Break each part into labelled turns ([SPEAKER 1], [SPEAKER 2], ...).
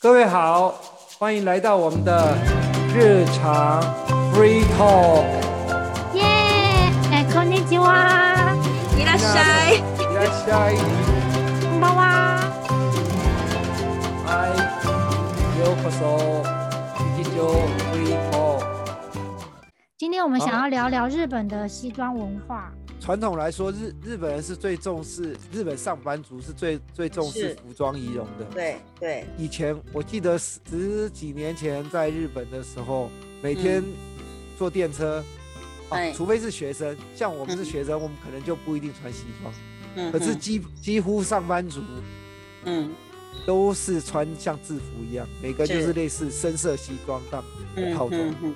[SPEAKER 1] 各位好，欢迎来到我们的日常 free talk。
[SPEAKER 2] 耶，哎，こんにちは，
[SPEAKER 3] 伊拉塞，
[SPEAKER 1] いらっしゃい。
[SPEAKER 2] こんばんは。
[SPEAKER 1] 嗨，ようこそ。一九 free talk。
[SPEAKER 2] 今天我们
[SPEAKER 1] 好
[SPEAKER 2] 想要聊聊日本的西装文化。
[SPEAKER 1] 传统来说，日日本人是最重视日本上班族是最最重视
[SPEAKER 3] 是
[SPEAKER 1] 服装仪容的。
[SPEAKER 3] 对对，
[SPEAKER 1] 以前我记得十十几年前在日本的时候，每天
[SPEAKER 3] 嗯
[SPEAKER 1] 坐电车，
[SPEAKER 3] 哎
[SPEAKER 1] 啊，除非是学生，像我们是
[SPEAKER 3] 嗯
[SPEAKER 1] 学生，我们可能就不一定穿西装。
[SPEAKER 3] 嗯
[SPEAKER 1] 可是
[SPEAKER 3] 哼
[SPEAKER 1] 几几乎上班族
[SPEAKER 3] 嗯
[SPEAKER 1] 都是穿像制服一样，每个就是
[SPEAKER 3] 是
[SPEAKER 1] 类似深色西装当
[SPEAKER 3] 嗯
[SPEAKER 1] 套装
[SPEAKER 3] 嗯，嗯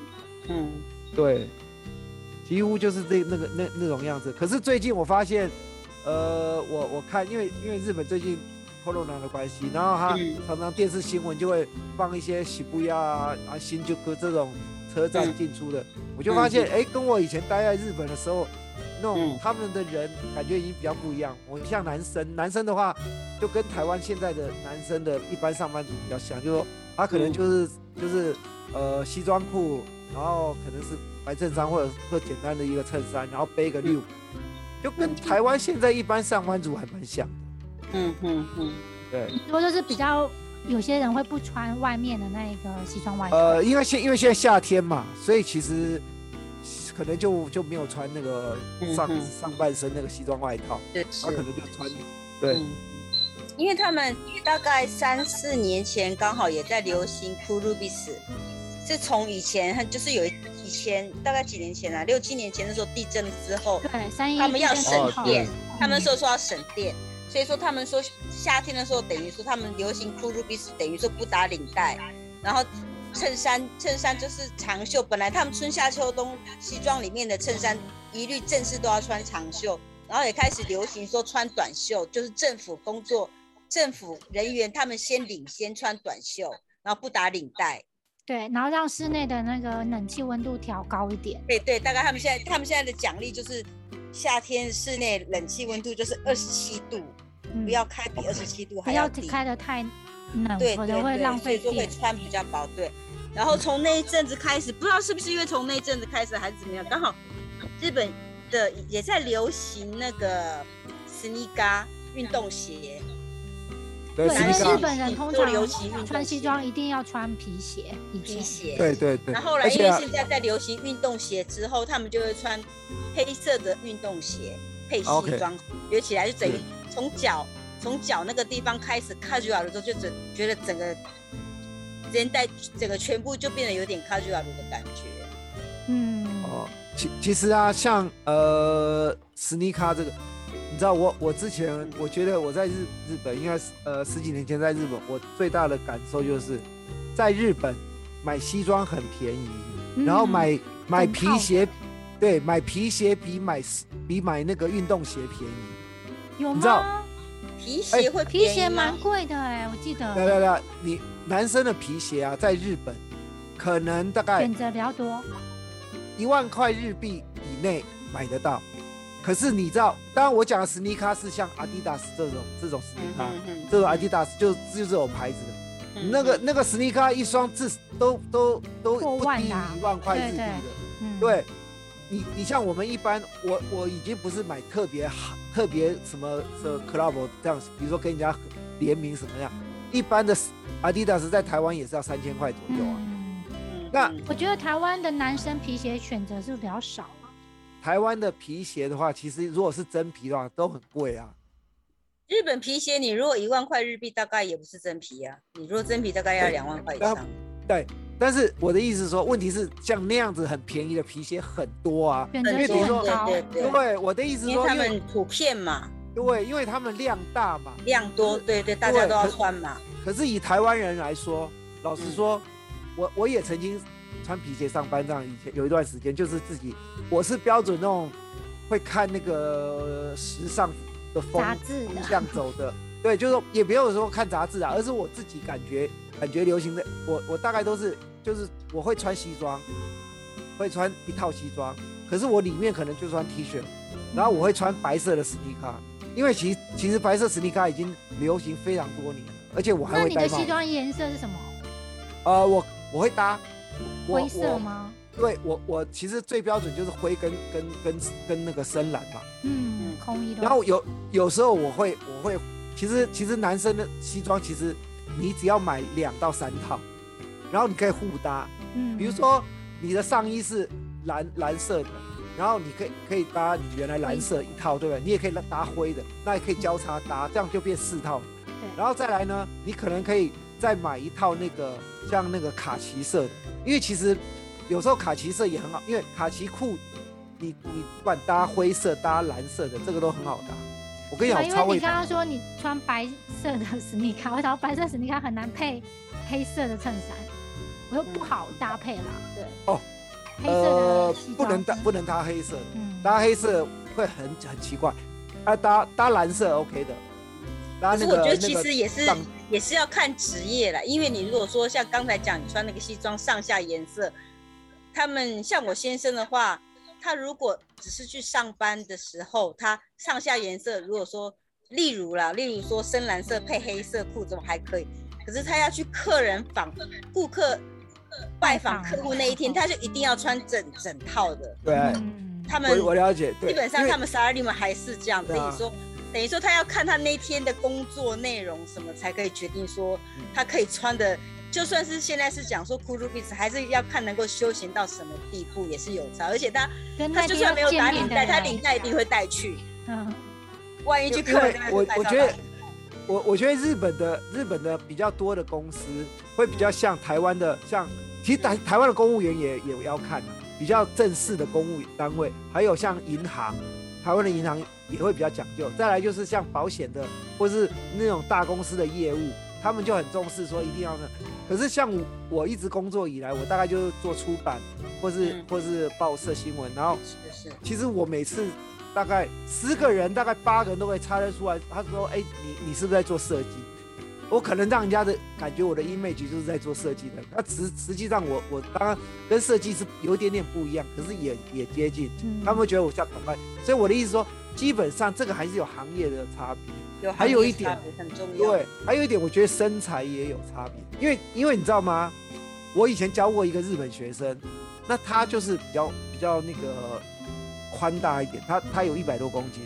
[SPEAKER 3] 嗯
[SPEAKER 1] 对，几乎就是这那个那那种样子。可是最近我发现，呃，我我看，因为因为日本最近 corona 的关系，然后他
[SPEAKER 3] 嗯
[SPEAKER 1] 常常电视新闻就会放一些喜布亚啊、啊新宿这种车站
[SPEAKER 3] 嗯
[SPEAKER 1] 进出的，我就发现，哎、跟我以前待在日本的时候。那种
[SPEAKER 3] 嗯
[SPEAKER 1] 他们的人感觉已经比较不一样。我像男生，男生的话就跟台湾现在的男生的一般上班族比较像，就是说他可能
[SPEAKER 3] 嗯
[SPEAKER 1] 就是、就是呃西装裤，然后可能是白衬衫或者或简单的一个衬衫，然后背一
[SPEAKER 3] 嗯
[SPEAKER 1] 个六，就跟台湾现在一般上班族还蛮像。
[SPEAKER 3] 嗯嗯嗯，
[SPEAKER 1] 对，
[SPEAKER 2] 不过就是比较有些人会不穿外面的那一个西装外套。
[SPEAKER 1] 呃，因为现因为现在夏天嘛，所以其实可能就就没有穿那个上、
[SPEAKER 3] 嗯嗯
[SPEAKER 1] 上半身那个西装外套，
[SPEAKER 3] 对
[SPEAKER 1] 他可
[SPEAKER 3] 是
[SPEAKER 1] 能就穿对。
[SPEAKER 3] 嗯，因为他们大概三四年前刚好也在流行 k u r u b i s 是从以前他就是有以前大概几年前啊，六七年前那时候地震之后，
[SPEAKER 2] 对，三一
[SPEAKER 3] 他们要省电
[SPEAKER 1] 哦，
[SPEAKER 3] 他们说说要省电，所以说他们说夏天的时候等于说他们流行 k u r u b i s 等于说不打领带，然后衬衫衬衫就是长袖，本来他们春夏秋冬西装里面的衬衫一律正式都要穿长袖，然后也开始流行说穿短袖，就是政府工作政府人员他们先领先穿短袖，然后不打领带。
[SPEAKER 2] 对，然后让室内的那个冷气温度调高一点。
[SPEAKER 3] 对对，大概他们现在他们现在的奖励就是夏天室内冷气温度就是二十七度。
[SPEAKER 2] 嗯
[SPEAKER 3] 不要开比二十七度
[SPEAKER 2] 不
[SPEAKER 3] 还
[SPEAKER 2] 要
[SPEAKER 3] 要低，
[SPEAKER 2] 开的太冷，
[SPEAKER 3] 对
[SPEAKER 2] 否
[SPEAKER 3] 对
[SPEAKER 2] 则
[SPEAKER 3] 对，
[SPEAKER 2] 会浪费
[SPEAKER 3] 所以就会
[SPEAKER 2] 电。
[SPEAKER 3] 穿比较薄，对。然后从那一阵子开始，不知道是不是因为从那一阵子开始还是怎么样，刚好日本的也在流行那个斯尼嘎运动鞋，
[SPEAKER 1] 对
[SPEAKER 2] 对，
[SPEAKER 3] 是
[SPEAKER 2] 因为
[SPEAKER 3] 那个
[SPEAKER 2] 日本人通
[SPEAKER 3] 都流行运
[SPEAKER 2] 常
[SPEAKER 3] 动
[SPEAKER 2] 穿西
[SPEAKER 3] 鞋
[SPEAKER 2] 装一定要穿皮鞋，以前
[SPEAKER 3] 皮鞋。
[SPEAKER 1] 对对对，
[SPEAKER 3] 然后后来
[SPEAKER 1] 而
[SPEAKER 3] 因
[SPEAKER 1] 且
[SPEAKER 3] 为
[SPEAKER 1] 啊
[SPEAKER 3] 现在在流行运动鞋之后，他们就会穿黑色的运动鞋配西
[SPEAKER 1] 啊 OK
[SPEAKER 3] 装，约起来就等于
[SPEAKER 1] 是
[SPEAKER 3] 从脚从脚那个地方开始 casual 的时候，就整觉得整个连带整个全部就变得有点 casual 的感觉。
[SPEAKER 2] 嗯，
[SPEAKER 1] 哦，其其实啊，像呃，斯尼卡这个，你知道我我之前我觉得我在日日本，应该是呃十几年前在日本，我最大的感受就是，在日本买西装很便宜，然后
[SPEAKER 2] 嗯
[SPEAKER 1] 买买
[SPEAKER 2] 很
[SPEAKER 1] 皮
[SPEAKER 2] 靠
[SPEAKER 1] 鞋，对，买皮鞋比买比买那个运动鞋便宜。
[SPEAKER 2] 有
[SPEAKER 1] 你知道
[SPEAKER 2] 吗？
[SPEAKER 3] 皮
[SPEAKER 1] 哎
[SPEAKER 3] 鞋会
[SPEAKER 2] 皮
[SPEAKER 3] 便宜啊
[SPEAKER 2] 鞋
[SPEAKER 3] 吗
[SPEAKER 2] 蛮贵的哎，我记
[SPEAKER 1] 来来
[SPEAKER 2] 得
[SPEAKER 1] 来，你男生的皮鞋啊，在日本可能大概
[SPEAKER 2] 选择比较多。
[SPEAKER 1] 一万块日币以内买得到。可是你知道，当然我讲的斯尼卡是像阿迪达斯这种这种斯尼
[SPEAKER 3] 嗯
[SPEAKER 1] 卡，
[SPEAKER 3] 嗯嗯
[SPEAKER 1] 啊这种阿迪达斯就就是有牌子的。
[SPEAKER 3] 嗯
[SPEAKER 1] 那个那个斯尼卡一双至都都都
[SPEAKER 2] 过
[SPEAKER 1] 不
[SPEAKER 2] 万
[SPEAKER 1] 低于
[SPEAKER 2] 的啊
[SPEAKER 1] 一万块日币的。
[SPEAKER 2] 嗯，
[SPEAKER 1] 对，你你像我们一般，我我已经不是买特别好特别什么什么 club 这样，比如说跟人家联名什么样，一般的阿迪达斯在台湾也是要三千块左右啊。
[SPEAKER 2] 嗯，
[SPEAKER 3] 嗯
[SPEAKER 1] 那
[SPEAKER 3] 嗯
[SPEAKER 2] 我觉得台湾的男生皮鞋选择是比较少。啊
[SPEAKER 1] 台湾的皮鞋的话，其实如果是真皮的话，都很贵啊。
[SPEAKER 3] 日本皮鞋你如果一万块日币，大概也不是真皮啊，你如果真皮大概要
[SPEAKER 1] 对
[SPEAKER 3] 两万块以
[SPEAKER 1] 那
[SPEAKER 3] 上。
[SPEAKER 1] 但是我的意思是说，问题是像那样子很便宜的皮鞋很多啊。
[SPEAKER 2] 选择
[SPEAKER 3] 很
[SPEAKER 1] 因为
[SPEAKER 2] 性
[SPEAKER 1] 比如
[SPEAKER 2] 很
[SPEAKER 1] 说
[SPEAKER 2] 高，
[SPEAKER 3] 对对对，
[SPEAKER 1] 对，我的意思是
[SPEAKER 3] 因为
[SPEAKER 1] 说，
[SPEAKER 3] 他
[SPEAKER 1] 因为
[SPEAKER 3] 们普遍嘛，
[SPEAKER 1] 对，因为他们量大嘛。
[SPEAKER 3] 量多，对对，大
[SPEAKER 1] 嗯
[SPEAKER 3] 家
[SPEAKER 1] 对
[SPEAKER 3] 都要
[SPEAKER 1] 可
[SPEAKER 3] 穿嘛。
[SPEAKER 1] 可是以台湾人来说，老实说，我我也曾经穿皮鞋上班，这样以前有一段时间，就是自己我是标准那种会看那个时尚的风
[SPEAKER 2] 杂志
[SPEAKER 1] 风
[SPEAKER 2] 的，
[SPEAKER 1] 向走的，对，就是说也没有说看杂志啊，而是我自己感觉感觉流行的，我我大概都是就是我会穿西装，会穿一套西装，可是我里面可能就穿 T 恤，然后我会穿白色的斯尼卡，因为其其实白色斯尼卡已经流行非常多年了。而且我还
[SPEAKER 2] 那
[SPEAKER 1] 会
[SPEAKER 2] 你
[SPEAKER 1] 戴
[SPEAKER 2] 的
[SPEAKER 1] 帽
[SPEAKER 2] 西
[SPEAKER 1] 子。
[SPEAKER 2] 装颜色是什么？
[SPEAKER 1] 呃，我我会搭我
[SPEAKER 2] 灰色
[SPEAKER 1] 我
[SPEAKER 2] 吗？
[SPEAKER 1] 对我我其实最标准就是灰跟跟跟跟那个深蓝嘛。
[SPEAKER 2] 嗯，空衣的。
[SPEAKER 1] 然后有有时候我会我会，其实其实男生的西装其实你只要买两到三套，然后你可以互搭。
[SPEAKER 2] 嗯，
[SPEAKER 1] 比如说你的上衣是蓝蓝色的，然后你可以可以搭你原来蓝色一套，对不对？你也可以搭灰的，那也可以交叉搭，这样就变四套。
[SPEAKER 2] 对，
[SPEAKER 1] 然后再来呢，你可能可以再买一套那个像那个卡其色的，因为其实有时候卡其色也很好，因为卡其裤你你不管搭灰色搭蓝色的，这个都很好搭。我跟你讲，我
[SPEAKER 2] 啊哎因
[SPEAKER 1] 超
[SPEAKER 2] 为
[SPEAKER 1] 会
[SPEAKER 2] 你刚
[SPEAKER 1] 搭。
[SPEAKER 2] 刚说你穿白色的 史尼卡，我想白色史尼卡很难配黑色的衬衫，我又不好搭配啦。对。
[SPEAKER 1] 哦。
[SPEAKER 2] 黑色
[SPEAKER 1] 呃
[SPEAKER 2] 的西，
[SPEAKER 1] 不
[SPEAKER 2] 装。
[SPEAKER 1] 能搭不能搭黑色的，
[SPEAKER 2] 嗯。
[SPEAKER 1] 搭黑色会很很奇怪，啊搭搭蓝色 OK 的，搭
[SPEAKER 3] 啊可是
[SPEAKER 1] 那
[SPEAKER 3] 我
[SPEAKER 1] 个
[SPEAKER 3] 觉得
[SPEAKER 1] 那
[SPEAKER 3] 其
[SPEAKER 1] 个
[SPEAKER 3] 实也是
[SPEAKER 1] 上
[SPEAKER 3] 也是要看职业啦，因为你如果说像刚才讲，你穿那个西装上下颜色，他们像我先生的话，他如果只是去上班的时候，他上下颜色如果说，例如啦，例如说深蓝色配黑色裤这种还可以，可是他要去客人访顾客拜访客户那一天，他就一定要穿整整套的。
[SPEAKER 1] 对，
[SPEAKER 2] 嗯。
[SPEAKER 3] 他们
[SPEAKER 1] 我我了解，对，
[SPEAKER 3] 基本
[SPEAKER 1] 因
[SPEAKER 3] 上
[SPEAKER 1] 为
[SPEAKER 3] 他们 s a l a r 们还是这样，
[SPEAKER 1] 对
[SPEAKER 3] 等
[SPEAKER 1] 啊
[SPEAKER 3] 于说，等于说他要看他那天的工作内容什么，才可以决定说
[SPEAKER 1] 嗯
[SPEAKER 3] 他可以穿的。就算是现在是讲说 cool b i s 还是要看能够休闲到什么地步，也是有差。而且他
[SPEAKER 2] 跟
[SPEAKER 3] 他
[SPEAKER 2] 那
[SPEAKER 3] 就
[SPEAKER 2] 天
[SPEAKER 3] 算没有
[SPEAKER 2] 要见
[SPEAKER 3] 打
[SPEAKER 2] 面
[SPEAKER 3] 领
[SPEAKER 2] 的
[SPEAKER 3] 带，他
[SPEAKER 2] 人
[SPEAKER 3] 领带一定会带去。
[SPEAKER 2] 嗯
[SPEAKER 3] 万一去
[SPEAKER 1] 因
[SPEAKER 3] 客
[SPEAKER 1] 为
[SPEAKER 3] 人那边
[SPEAKER 1] 我
[SPEAKER 3] 带
[SPEAKER 1] 我
[SPEAKER 3] 上
[SPEAKER 1] 觉得
[SPEAKER 3] 来，
[SPEAKER 1] 我我觉得日本的日本的比较多的公司会比较像台湾的，像其实台台湾的公务员也也要看啊，比较正式的公务单位，还有像银行，台湾的银行也会比较讲究。再来就是像保险的，或是那种大公司的业务，他们就很重视说一定要那。可是像我我一直工作以来，我大概就是做出版，或是、
[SPEAKER 3] 嗯
[SPEAKER 1] 或是报社新闻，然后
[SPEAKER 3] 是是
[SPEAKER 1] 其实我每次大概十个人，大概八个人都可以猜得出来。他说：“哎、你你是不是在做设计？”我可能让人家的感觉我的 image 就是在做设计的，那实实际上我我当然跟设计是有一点点不一样，可是也也接近。
[SPEAKER 2] 嗯，
[SPEAKER 1] 他们会觉得我像广告，所以我的意思说，基本上这个还是有行业的差别。
[SPEAKER 3] 有
[SPEAKER 1] 还有
[SPEAKER 3] 行业
[SPEAKER 1] 一点
[SPEAKER 3] 差别很重要。
[SPEAKER 1] 对，还有一点，我觉得身材也有差别，因为因为你知道吗？我以前教过一个日本学生，那他就是比较比较那个呃宽大一点，他他有一百多公斤。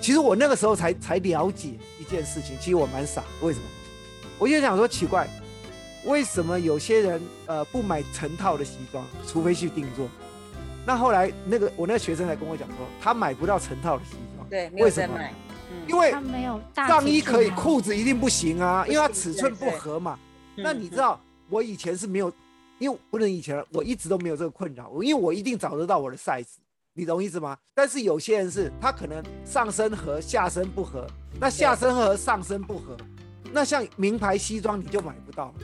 [SPEAKER 1] 其实我那个时候才才了解一件事情，其实我蛮傻，为什么？我就想说奇怪，为什么有些人呃不买成套的西装，除非去定做？那后来那个我那个学生才跟我讲说，他买不到成套的西装，
[SPEAKER 3] 对，没有
[SPEAKER 1] 为什
[SPEAKER 3] 在
[SPEAKER 1] 么
[SPEAKER 3] 卖。嗯
[SPEAKER 1] 因为
[SPEAKER 2] 他没有大
[SPEAKER 1] 上
[SPEAKER 2] 尺
[SPEAKER 1] 衣
[SPEAKER 2] 寸
[SPEAKER 1] 可以，
[SPEAKER 2] 啊
[SPEAKER 1] 裤子一定不行啊，
[SPEAKER 3] 不
[SPEAKER 1] 因为它
[SPEAKER 3] 行
[SPEAKER 1] 尺
[SPEAKER 3] 对
[SPEAKER 1] 寸不
[SPEAKER 3] 对
[SPEAKER 1] 合嘛。
[SPEAKER 3] 嗯
[SPEAKER 1] 那你知道我以前是没有，因为不能以前，我一直都没有这个困扰，我因为我一定找得到我的 size，你懂意思吗？但是有些人是他可能上身合下身不合，那下身合上身不合，那像名牌西装你就买不到了，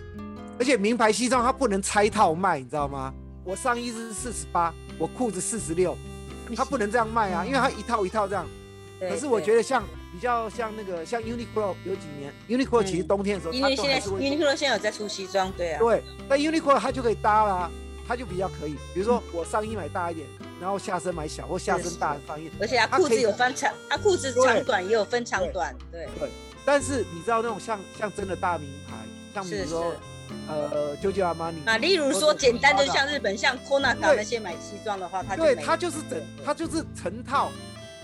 [SPEAKER 1] 而且名牌西装它不能拆套卖，你知道吗？我上衣是四十八，我裤子四十六，它不
[SPEAKER 2] 行
[SPEAKER 1] 能这样卖啊，因为它一套一套这样。
[SPEAKER 3] 嗯对
[SPEAKER 1] 可是我
[SPEAKER 3] 对
[SPEAKER 1] 觉得像比较像那个像 Uniqlo 有几年，Uniqlo
[SPEAKER 3] 嗯
[SPEAKER 1] 其实冬天的时候
[SPEAKER 3] 因
[SPEAKER 1] 它
[SPEAKER 3] 为
[SPEAKER 1] 都
[SPEAKER 3] 现
[SPEAKER 1] 还
[SPEAKER 3] 在
[SPEAKER 1] 是会做
[SPEAKER 3] Uniqlo 现在有在出西装，对啊，
[SPEAKER 1] 对，但 Uniqlo 它就可以搭啦，它就比较可以。比如说我上衣买大一点，然后下身买小，或下身大上衣。
[SPEAKER 3] 而且它
[SPEAKER 1] 它
[SPEAKER 3] 裤
[SPEAKER 1] 可
[SPEAKER 3] 子
[SPEAKER 1] 以
[SPEAKER 3] 有分长，它裤子
[SPEAKER 1] 对
[SPEAKER 3] 长短也有分长
[SPEAKER 1] 对
[SPEAKER 3] 短，对，
[SPEAKER 1] 但是你知道那种像像真的大名牌，像比
[SPEAKER 3] 是
[SPEAKER 1] 如
[SPEAKER 3] 是。
[SPEAKER 1] 说呃 j o j o Armani，
[SPEAKER 3] 啊，例如
[SPEAKER 1] 或
[SPEAKER 3] 说
[SPEAKER 1] 者
[SPEAKER 3] 简单，就
[SPEAKER 1] Prada
[SPEAKER 3] 像日本像 Konaka
[SPEAKER 1] 对
[SPEAKER 3] 那些买西装的话，他就
[SPEAKER 1] 对，
[SPEAKER 3] 没
[SPEAKER 1] 它就是整，它就是成套，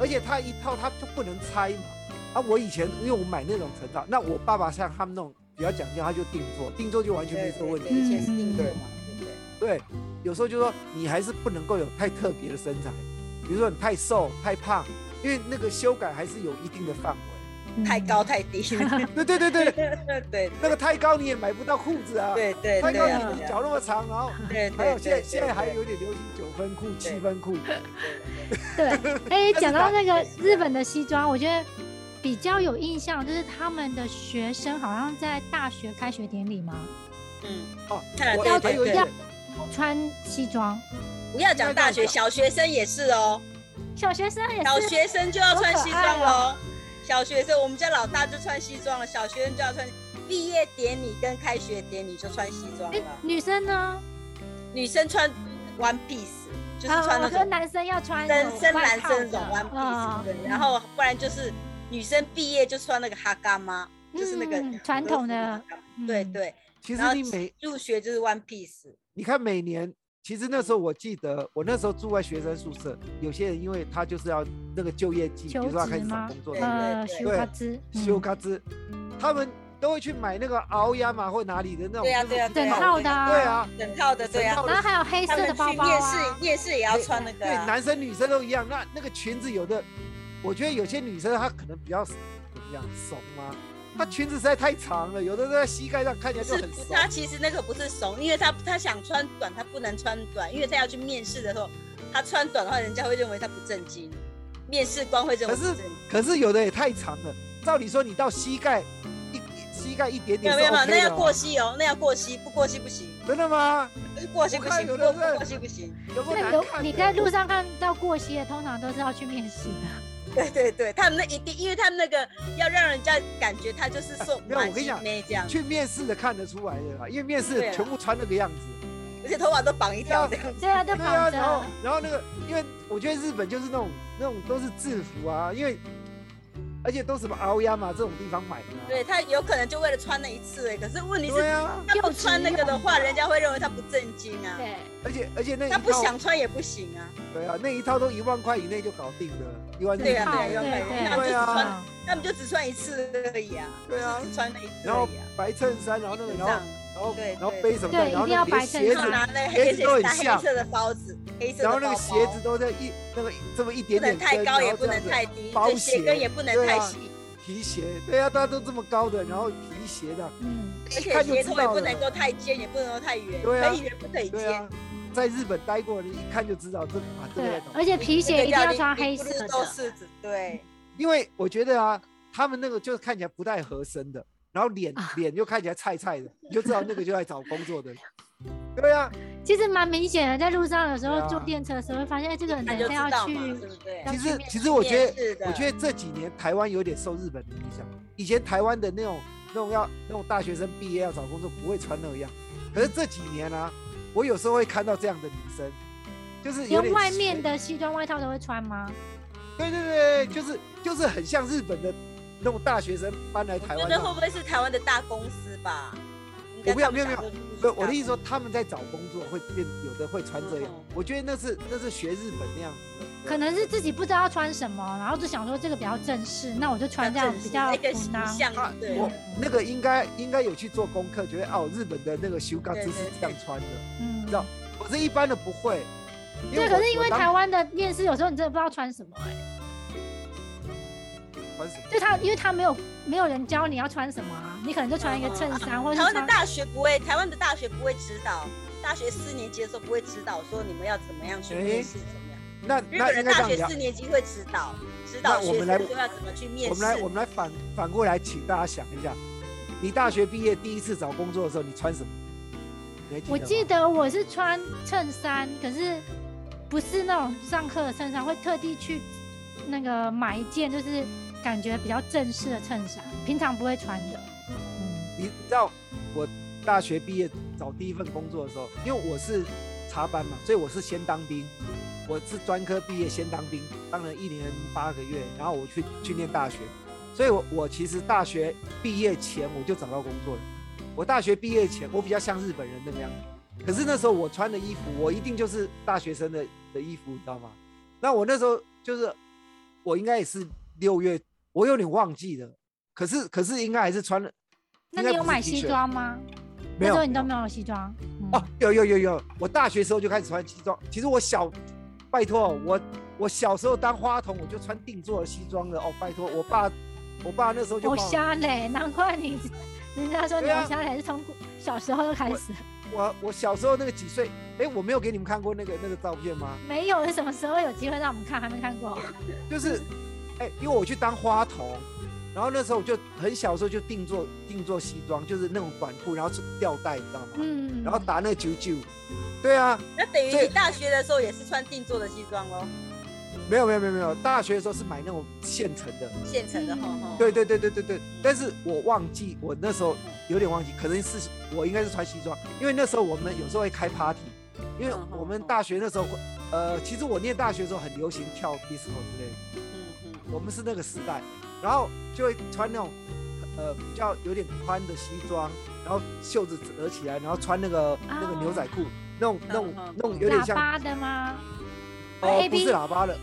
[SPEAKER 1] 而且它一套它就不能拆嘛。啊，我以前因为我买那种成套，那我爸爸像他们那种比较讲究，他就定做，定做就完全
[SPEAKER 3] 对
[SPEAKER 1] 没这个问题。
[SPEAKER 3] 对以前
[SPEAKER 2] 嗯
[SPEAKER 3] 是定做
[SPEAKER 1] 对
[SPEAKER 3] 嘛，对不对？
[SPEAKER 1] 对，有时候就说你还是不能够有太特别的身材，比如说你太瘦、太胖，因为那个修改还是有一定的范围。
[SPEAKER 2] 嗯
[SPEAKER 3] 太高，太低，
[SPEAKER 1] 对对对对，
[SPEAKER 3] 对对
[SPEAKER 1] 那个太高你也买不到裤子啊，
[SPEAKER 3] 对对
[SPEAKER 1] 太
[SPEAKER 3] 对
[SPEAKER 1] 高
[SPEAKER 3] 啊
[SPEAKER 1] 你
[SPEAKER 3] 对啊，
[SPEAKER 1] 脚那么长，然后
[SPEAKER 3] 对对，
[SPEAKER 1] 还有
[SPEAKER 3] 对
[SPEAKER 1] 现在
[SPEAKER 3] 对
[SPEAKER 1] 现在还
[SPEAKER 3] 对
[SPEAKER 1] 有点流行九分裤、七分 裤，
[SPEAKER 2] 对，哎，
[SPEAKER 1] 但是
[SPEAKER 2] 讲
[SPEAKER 1] 大
[SPEAKER 2] 到那个日本的西装，我觉得比较有印象，就是他们的学生好像在大学开学典礼嘛，
[SPEAKER 3] 嗯，
[SPEAKER 1] 哦
[SPEAKER 3] 看
[SPEAKER 1] 我
[SPEAKER 3] 来
[SPEAKER 1] 还
[SPEAKER 3] 对
[SPEAKER 1] 有一
[SPEAKER 3] 对
[SPEAKER 1] 点
[SPEAKER 3] 对，
[SPEAKER 2] 穿西装，
[SPEAKER 3] 不要讲大学，小学生也是哦，
[SPEAKER 2] 小学生也
[SPEAKER 3] 小
[SPEAKER 2] 是，
[SPEAKER 3] 学生就要穿西装
[SPEAKER 2] 好哦
[SPEAKER 3] 喽。小学生，我们家老大就穿西装了，小学生就要穿。毕业典礼跟开学典礼就穿西装
[SPEAKER 2] 哎
[SPEAKER 3] 了，，
[SPEAKER 2] 女生呢？
[SPEAKER 3] 女生穿 one piece，就是穿那
[SPEAKER 2] 啊，
[SPEAKER 3] 种
[SPEAKER 2] 跟男生要穿那
[SPEAKER 3] 深
[SPEAKER 2] 种
[SPEAKER 3] 深
[SPEAKER 2] 外
[SPEAKER 3] 蓝
[SPEAKER 2] 套
[SPEAKER 3] 色那种
[SPEAKER 2] 的
[SPEAKER 3] one piece，
[SPEAKER 2] 啊
[SPEAKER 3] 对然后不然就是女生毕业就穿那个哈嘎妈，就是那个
[SPEAKER 2] 嗯传统的，
[SPEAKER 3] 对
[SPEAKER 2] 嗯，
[SPEAKER 3] 对。
[SPEAKER 1] 其
[SPEAKER 3] 然后
[SPEAKER 1] 实你每
[SPEAKER 3] 入学就是 one piece，
[SPEAKER 1] 你看每年，其实那时候我记得，我那时候住在学生宿舍，有些人因为他就是要那个就业季，比
[SPEAKER 2] 求
[SPEAKER 1] 如说他
[SPEAKER 2] 职
[SPEAKER 1] 开始找
[SPEAKER 2] 吗
[SPEAKER 1] 工作
[SPEAKER 3] 对，
[SPEAKER 2] 呃，
[SPEAKER 3] 对
[SPEAKER 2] 修
[SPEAKER 1] 对
[SPEAKER 2] 嘎吱，
[SPEAKER 1] 修
[SPEAKER 2] 嗯
[SPEAKER 1] 嘎吱，他们都会去买那个鳌牙嘛或哪里的那种
[SPEAKER 3] 对呀
[SPEAKER 1] 就是
[SPEAKER 3] 对呀对
[SPEAKER 2] 整
[SPEAKER 3] 呀
[SPEAKER 2] 套的啊，
[SPEAKER 1] 对，啊，
[SPEAKER 3] 整套的对
[SPEAKER 1] 整
[SPEAKER 3] 啊
[SPEAKER 1] 套。
[SPEAKER 2] 然后还有黑
[SPEAKER 3] 他
[SPEAKER 2] 色
[SPEAKER 3] 们
[SPEAKER 2] 的包
[SPEAKER 3] 去
[SPEAKER 2] 包
[SPEAKER 3] 夜
[SPEAKER 2] 啊
[SPEAKER 3] 市，夜市也要穿那个
[SPEAKER 1] 对，
[SPEAKER 3] 啊，
[SPEAKER 1] 男生女生都一样。那那个裙子有的，我觉得有些女生她可能比较怎么样怂啊，
[SPEAKER 2] 嗯
[SPEAKER 1] 她裙子实在太长了，有的在膝盖上看起来
[SPEAKER 3] 不
[SPEAKER 1] 就是很
[SPEAKER 3] 不是啊
[SPEAKER 1] 怂。
[SPEAKER 3] 他其实那个不是怂，因为他他想穿短，他不能穿短，因为他要去面试的时候，他穿短的话，人家会认为他不正经，面试官会认为
[SPEAKER 1] 可
[SPEAKER 3] 不
[SPEAKER 1] 是
[SPEAKER 3] 正经。
[SPEAKER 1] 可是有的也太长了，照理说你到膝盖一膝盖一点
[SPEAKER 3] 没
[SPEAKER 1] 点
[SPEAKER 3] 有
[SPEAKER 1] 是
[SPEAKER 3] 没有没有，
[SPEAKER 1] OK
[SPEAKER 3] 那
[SPEAKER 1] 的
[SPEAKER 3] 要
[SPEAKER 1] 哦、
[SPEAKER 3] 过膝哦，那要过膝，不过膝不行，
[SPEAKER 1] 真的吗？
[SPEAKER 3] 过膝不
[SPEAKER 1] 我看
[SPEAKER 3] 行，
[SPEAKER 1] 有
[SPEAKER 3] 不
[SPEAKER 1] 的
[SPEAKER 3] 过
[SPEAKER 1] 在
[SPEAKER 3] 不过膝不行。
[SPEAKER 1] 有没有
[SPEAKER 2] 那
[SPEAKER 1] 难
[SPEAKER 2] 有
[SPEAKER 1] 看的？
[SPEAKER 2] 你在路上看到过膝的，通常都是要去面试的。
[SPEAKER 3] 对对对，他们那一定，因为他们那个要让人家感觉他就是受
[SPEAKER 1] 没有我
[SPEAKER 3] 满
[SPEAKER 1] 跟你
[SPEAKER 3] 级
[SPEAKER 1] 讲
[SPEAKER 3] 妹这样，
[SPEAKER 1] 去面试的看得出来的啦，因为面试
[SPEAKER 3] 对
[SPEAKER 1] 的
[SPEAKER 3] 啊
[SPEAKER 1] 全部穿那个样子。
[SPEAKER 3] 而且头发都绑一条这样。
[SPEAKER 2] 对啊，都
[SPEAKER 1] 对啊，
[SPEAKER 2] 绑
[SPEAKER 1] 然后
[SPEAKER 2] 着。
[SPEAKER 1] 然后那个，因为我觉得日本就是那种那种都是制服啊，因为而且都什么奥亚嘛这种地方买的、啊。
[SPEAKER 3] 对他有可能就为了穿那一次而已，可是问题
[SPEAKER 1] 对
[SPEAKER 3] 是，
[SPEAKER 1] 啊，
[SPEAKER 3] 他不穿那个的话，人家会认为他不正经啊。
[SPEAKER 2] 对，
[SPEAKER 1] 而且而且那一
[SPEAKER 3] 他
[SPEAKER 1] 套
[SPEAKER 3] 不想穿也不行啊。
[SPEAKER 1] 对啊，那一套都一万块以内就搞定了，一万日
[SPEAKER 3] 对啊
[SPEAKER 1] 币
[SPEAKER 2] 套
[SPEAKER 3] 对
[SPEAKER 1] 左
[SPEAKER 3] 啊
[SPEAKER 1] 右
[SPEAKER 3] 对啊
[SPEAKER 2] 对
[SPEAKER 1] 对啊，
[SPEAKER 3] 他们就只穿一次而已啊，
[SPEAKER 1] 对啊
[SPEAKER 3] 就是只穿那一次
[SPEAKER 1] 然
[SPEAKER 3] 而
[SPEAKER 1] 后
[SPEAKER 3] 已啊。
[SPEAKER 1] 白衬衫，然后那个，然后然后
[SPEAKER 3] 对
[SPEAKER 1] 然后
[SPEAKER 3] 对
[SPEAKER 1] 背什么的，
[SPEAKER 2] 对
[SPEAKER 1] 然后
[SPEAKER 2] 一定要
[SPEAKER 1] 那个连
[SPEAKER 2] 白衬
[SPEAKER 1] 鞋
[SPEAKER 3] 然
[SPEAKER 2] 衫
[SPEAKER 1] 子，
[SPEAKER 3] 后拿那
[SPEAKER 1] 鞋
[SPEAKER 3] 黑
[SPEAKER 1] 子都很
[SPEAKER 3] 拿黑
[SPEAKER 1] 像
[SPEAKER 3] 色的包子，黑色的
[SPEAKER 1] 然后
[SPEAKER 3] 包
[SPEAKER 1] 那
[SPEAKER 3] 包
[SPEAKER 1] 个鞋子都在一那个这么一点
[SPEAKER 3] 不能
[SPEAKER 1] 点
[SPEAKER 3] 太
[SPEAKER 1] 跟
[SPEAKER 3] 高，也
[SPEAKER 1] 然后
[SPEAKER 3] 不
[SPEAKER 1] 这
[SPEAKER 3] 能
[SPEAKER 1] 样子
[SPEAKER 3] 太低，
[SPEAKER 1] 包
[SPEAKER 3] 对，鞋跟
[SPEAKER 1] 鞋
[SPEAKER 3] 也不能
[SPEAKER 1] 对
[SPEAKER 3] 太
[SPEAKER 1] 啊
[SPEAKER 3] 细，
[SPEAKER 1] 皮鞋，对啊，大家都这么高的，然后皮鞋的，
[SPEAKER 2] 嗯，
[SPEAKER 3] 而且
[SPEAKER 1] 看就
[SPEAKER 3] 鞋
[SPEAKER 1] 知
[SPEAKER 3] 头也
[SPEAKER 1] 道
[SPEAKER 3] 不
[SPEAKER 1] 了
[SPEAKER 3] 能够太尖，也不能够太圆，
[SPEAKER 1] 对啊
[SPEAKER 3] 可以圆不可以
[SPEAKER 1] 对
[SPEAKER 3] 尖
[SPEAKER 1] 啊。，在日本待过的一看就知道这啊这个
[SPEAKER 2] 对
[SPEAKER 1] 在，懂
[SPEAKER 2] 而且皮鞋一定要穿黑
[SPEAKER 3] 你
[SPEAKER 2] 色
[SPEAKER 3] 不是都
[SPEAKER 2] 的。
[SPEAKER 3] 柿子，对，
[SPEAKER 1] 因为我觉得啊，他们那个就是看起来不太合身的，然后脸
[SPEAKER 2] 啊
[SPEAKER 1] 脸又看起来菜菜的，你就知道那个就在找工作 的。对啊，
[SPEAKER 2] 其实蛮明显的，在路上有时
[SPEAKER 1] 对
[SPEAKER 2] 候
[SPEAKER 1] 啊
[SPEAKER 2] 坐电车的时候会发现，哎，这个人
[SPEAKER 3] 那
[SPEAKER 2] 等
[SPEAKER 3] 就
[SPEAKER 2] 一
[SPEAKER 3] 知
[SPEAKER 2] 下
[SPEAKER 3] 道
[SPEAKER 2] 要
[SPEAKER 3] 嘛，
[SPEAKER 2] 去
[SPEAKER 3] 对不对？
[SPEAKER 1] 其
[SPEAKER 2] 要
[SPEAKER 1] 实
[SPEAKER 2] 去面
[SPEAKER 1] 其啊实我觉得，
[SPEAKER 3] 得
[SPEAKER 1] 我觉得这几年台湾有点受日本的影响。以前台湾的那种那种要那种大学生毕业要找工作不会穿那样，可是这几年啊，我有时候会看到这样的女生，就是有
[SPEAKER 2] 连
[SPEAKER 1] 点
[SPEAKER 2] 外
[SPEAKER 1] 斜
[SPEAKER 2] 面的西装外套都会穿吗？
[SPEAKER 1] 对对对，就是就是很像日本的那种大学生搬来台
[SPEAKER 3] 觉
[SPEAKER 1] 湾
[SPEAKER 3] 得
[SPEAKER 1] 那
[SPEAKER 3] 会
[SPEAKER 1] 种。
[SPEAKER 3] 不会是台湾的大公司吧？应
[SPEAKER 1] 我
[SPEAKER 3] 该
[SPEAKER 1] 不要
[SPEAKER 3] 他们
[SPEAKER 1] 没有
[SPEAKER 3] 想说就是
[SPEAKER 1] 不，我的意思
[SPEAKER 3] 大
[SPEAKER 1] 说他们在找工作会变，有的会穿这样
[SPEAKER 3] 嗯。
[SPEAKER 1] 我觉得那是那是学日本那样子的，
[SPEAKER 2] 可能是自己不知道穿什么，然后就想说这个比较正式，那我就穿这样
[SPEAKER 3] 正式
[SPEAKER 2] 比较
[SPEAKER 3] 那个
[SPEAKER 2] 普
[SPEAKER 3] 形
[SPEAKER 2] 当。
[SPEAKER 1] 他
[SPEAKER 3] 象，对
[SPEAKER 1] 我那个应该应该有去做功课，觉得哦日本的那个修嘎
[SPEAKER 3] 对
[SPEAKER 1] 姿
[SPEAKER 3] 对
[SPEAKER 1] 是这
[SPEAKER 3] 对
[SPEAKER 1] 样穿的，
[SPEAKER 2] 嗯
[SPEAKER 1] 知，道？我是一般的不会。
[SPEAKER 2] 对，可是因为台
[SPEAKER 1] 湾
[SPEAKER 2] 湾的面试有时候你真的不知道穿什么，哎，就他，因为他没有没有人教你要穿什么啊，你可能就穿一个衬衫，或者
[SPEAKER 3] 台
[SPEAKER 2] 是
[SPEAKER 3] 湾的
[SPEAKER 2] 穿
[SPEAKER 3] 大学不会，台湾的大学不会指导，大学四年级的时候不会指导说你们要怎么样去
[SPEAKER 1] 诶
[SPEAKER 3] 面试，怎么样。
[SPEAKER 1] 那
[SPEAKER 3] 日
[SPEAKER 1] 那
[SPEAKER 3] 本
[SPEAKER 1] 应
[SPEAKER 3] 的
[SPEAKER 1] 该这
[SPEAKER 3] 大
[SPEAKER 1] 样
[SPEAKER 3] 学
[SPEAKER 1] 聊
[SPEAKER 3] 四。年级会指导，指
[SPEAKER 1] 那
[SPEAKER 3] 导
[SPEAKER 1] 我们
[SPEAKER 3] 学生
[SPEAKER 1] 来
[SPEAKER 3] 说要怎么去面
[SPEAKER 1] 我
[SPEAKER 3] 试
[SPEAKER 1] 们。来我们来反反过来，请大家想一下，你大学毕业第一次找工作的时候，你穿什么？你还
[SPEAKER 2] 我
[SPEAKER 1] 吗
[SPEAKER 2] 记得我是穿衬衫，可是不是那种上课的衬衫，会特地去那个买一件，就是感觉比较正式的衬衫，平常不会穿的。嗯，
[SPEAKER 1] 你知道我大学毕业找第一份工作的时候，因为我是插班嘛，所以我是先当兵，我是专科毕业先当兵，当了一年八个月，然后我去去念大学，所以我我其实大学毕业前我就找到工作了。我大学毕业前我比较像日本人那个样子，可是那时候我穿的衣服，我一定就是大学生的的衣服，你知道吗？那我那时候就是我应该也是六月，我有点忘记了，可是可是应该还是穿了。
[SPEAKER 2] 那
[SPEAKER 1] 应该
[SPEAKER 2] 你有
[SPEAKER 1] 不是
[SPEAKER 2] 买
[SPEAKER 1] T
[SPEAKER 2] 西
[SPEAKER 1] 恤？
[SPEAKER 2] 装吗？
[SPEAKER 1] 没
[SPEAKER 2] 那时候
[SPEAKER 1] 有，
[SPEAKER 2] 你都
[SPEAKER 1] 没
[SPEAKER 2] 没有西装。嗯
[SPEAKER 1] 有哦，有有有有，我大学时候就开始穿西装。其实我小，拜托我，我小时候当花童我就穿定做的西装了。哦，拜托，我爸，我爸那时候就
[SPEAKER 2] 我
[SPEAKER 1] 帮我
[SPEAKER 2] 瞎嘞，难 怪你，人家说你
[SPEAKER 1] 对啊
[SPEAKER 2] 我瞎嘞是从古小时候就开始，
[SPEAKER 1] 我我小时候那个几岁，哎，我没有给你们看过那个那个照片吗？
[SPEAKER 2] 没有什么时候有机会让我们看，还没看
[SPEAKER 1] 啊
[SPEAKER 2] 过。
[SPEAKER 1] 就是，哎，因为我去当花童，然后那时候我就很小时候就定做定做西装，就是那种短裤，然后是吊带，你知道吗？
[SPEAKER 2] 嗯，
[SPEAKER 1] 然后打那个九九，对啊，
[SPEAKER 3] 那等于
[SPEAKER 1] 所以
[SPEAKER 3] 你大学的时候也是穿定做的西装喽，
[SPEAKER 1] 没有没有没有没有，大学的时候是买那种现成的。
[SPEAKER 3] 现成的吼吼。嗯
[SPEAKER 1] 对对对对对对，但是我忘记我那时候有点忘记，可能是我应该是穿西装，因为那时候我们有时候会开 party，因为
[SPEAKER 3] 嗯嗯
[SPEAKER 1] 我们
[SPEAKER 3] 嗯
[SPEAKER 1] 大学那时候会，呃，其实我念大学的时候很流行跳 disco 之类的，
[SPEAKER 3] 嗯嗯
[SPEAKER 1] 我们是那个时代，然后就会穿那种呃比较有点宽的西装，然后袖子折起来，然后穿那个那个牛仔裤，那种那种那种有点
[SPEAKER 2] 喇
[SPEAKER 1] 像
[SPEAKER 2] 叭的吗？
[SPEAKER 1] 呃
[SPEAKER 2] A
[SPEAKER 1] 不
[SPEAKER 2] B
[SPEAKER 1] 是喇叭的，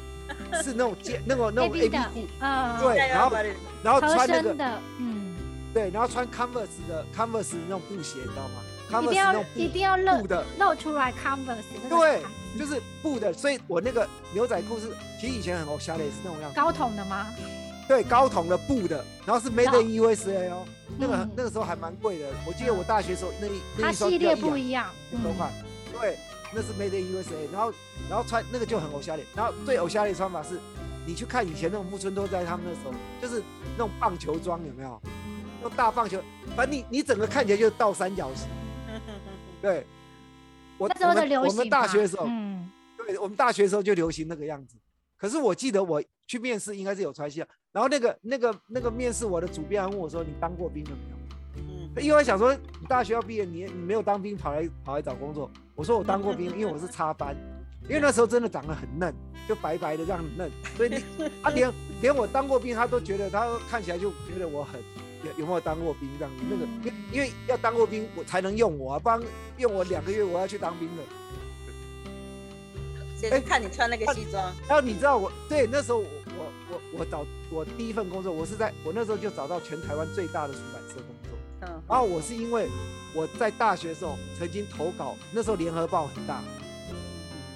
[SPEAKER 1] 是那种接那种那
[SPEAKER 2] A
[SPEAKER 1] 种
[SPEAKER 2] B
[SPEAKER 1] A B
[SPEAKER 2] 的
[SPEAKER 1] 裤，，
[SPEAKER 2] 呃，
[SPEAKER 1] 对然后然后
[SPEAKER 2] 合
[SPEAKER 1] 穿那个
[SPEAKER 2] 身的，嗯，
[SPEAKER 1] 对，然后穿 Converse 的 Converse 那种布鞋，你知道吗
[SPEAKER 2] 一
[SPEAKER 1] ？Converse 那
[SPEAKER 2] 定要
[SPEAKER 1] 种
[SPEAKER 2] 一定要
[SPEAKER 1] 布
[SPEAKER 2] 露
[SPEAKER 1] 布的，
[SPEAKER 2] 露出来 Converse 那个
[SPEAKER 1] 对，就是布的，所以我那个牛仔裤是，其实以前很偶像的，也是那种样子，
[SPEAKER 2] 高筒的吗？
[SPEAKER 1] 对，高筒的布的，然后是 Made in USA 哦，那个、
[SPEAKER 2] 嗯
[SPEAKER 1] 那个时候还蛮贵的，我记得我大学时候那一那
[SPEAKER 2] 它
[SPEAKER 1] 一双
[SPEAKER 2] 系列不
[SPEAKER 1] 不
[SPEAKER 2] 一样，
[SPEAKER 1] 两多
[SPEAKER 2] 嗯
[SPEAKER 1] 块，对，那是 Made in USA，然后然后穿那个就很偶像脸，然后最偶像的穿法是，你去看以前那种木村拓哉他们那时候，就是那种棒球装有没有？那种大棒球，反正你你整个看起来就是倒三角形，
[SPEAKER 3] 嗯
[SPEAKER 1] 对。我
[SPEAKER 2] 那时候
[SPEAKER 1] 我
[SPEAKER 2] 的
[SPEAKER 1] 们
[SPEAKER 2] 流行嘛，
[SPEAKER 1] 我们大学的时候，
[SPEAKER 2] 嗯，
[SPEAKER 1] 对，我们大学的时候就流行那个样子。可是我记得我去面试应该是有穿西装，然后那个那个那个面试我的主编还问我说：“你当过兵了没有
[SPEAKER 3] 嗯，？”
[SPEAKER 1] 因为我想说你大学要毕业，你你没有当兵，跑来跑来找工作。我说我当过兵，因为我是插班，因为那时候真的长得很嫩，就白白的这样很嫩，所以你啊连连我当过兵，他都觉得他看起来就觉得我很有有没有当过兵这样子。那个因为因为要当过兵我才能用我啊，不然用我两个月我要去当兵了。
[SPEAKER 3] 所以是看你穿那
[SPEAKER 1] 啊
[SPEAKER 3] 个西装，
[SPEAKER 1] 然后你知道我对那时候我我我我找我第一份工作，我是在我那时候就找到全台湾最大的出版社工作。
[SPEAKER 3] 嗯，
[SPEAKER 1] 然后我是因为我在大学的时候曾经投稿，那时候联合报很大，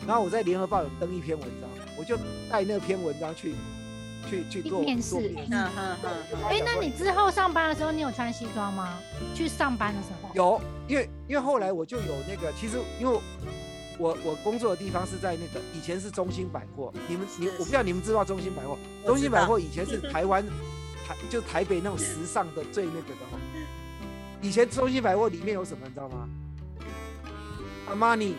[SPEAKER 1] 然后我在联合报有登一篇文章，我就带那篇文章去去去做
[SPEAKER 2] 面试
[SPEAKER 1] 做面试。
[SPEAKER 3] 嗯嗯嗯，
[SPEAKER 2] 哎，那你之后上班的时候，你有穿西装吗？去上班的时候，
[SPEAKER 3] 哦
[SPEAKER 1] 有，因为因为后来我就有那个，其实因为我我工作的地方是在那个以前是中兴百货，你们你
[SPEAKER 3] 是
[SPEAKER 1] 我不知道你们知道中兴百货，
[SPEAKER 3] 我
[SPEAKER 1] 中
[SPEAKER 3] 知
[SPEAKER 1] 兴百
[SPEAKER 3] 道
[SPEAKER 1] 货以前是台湾台就台北那种时尚的最那个的 哦。以前中兴百货里面有什么你知道吗？阿玛尼、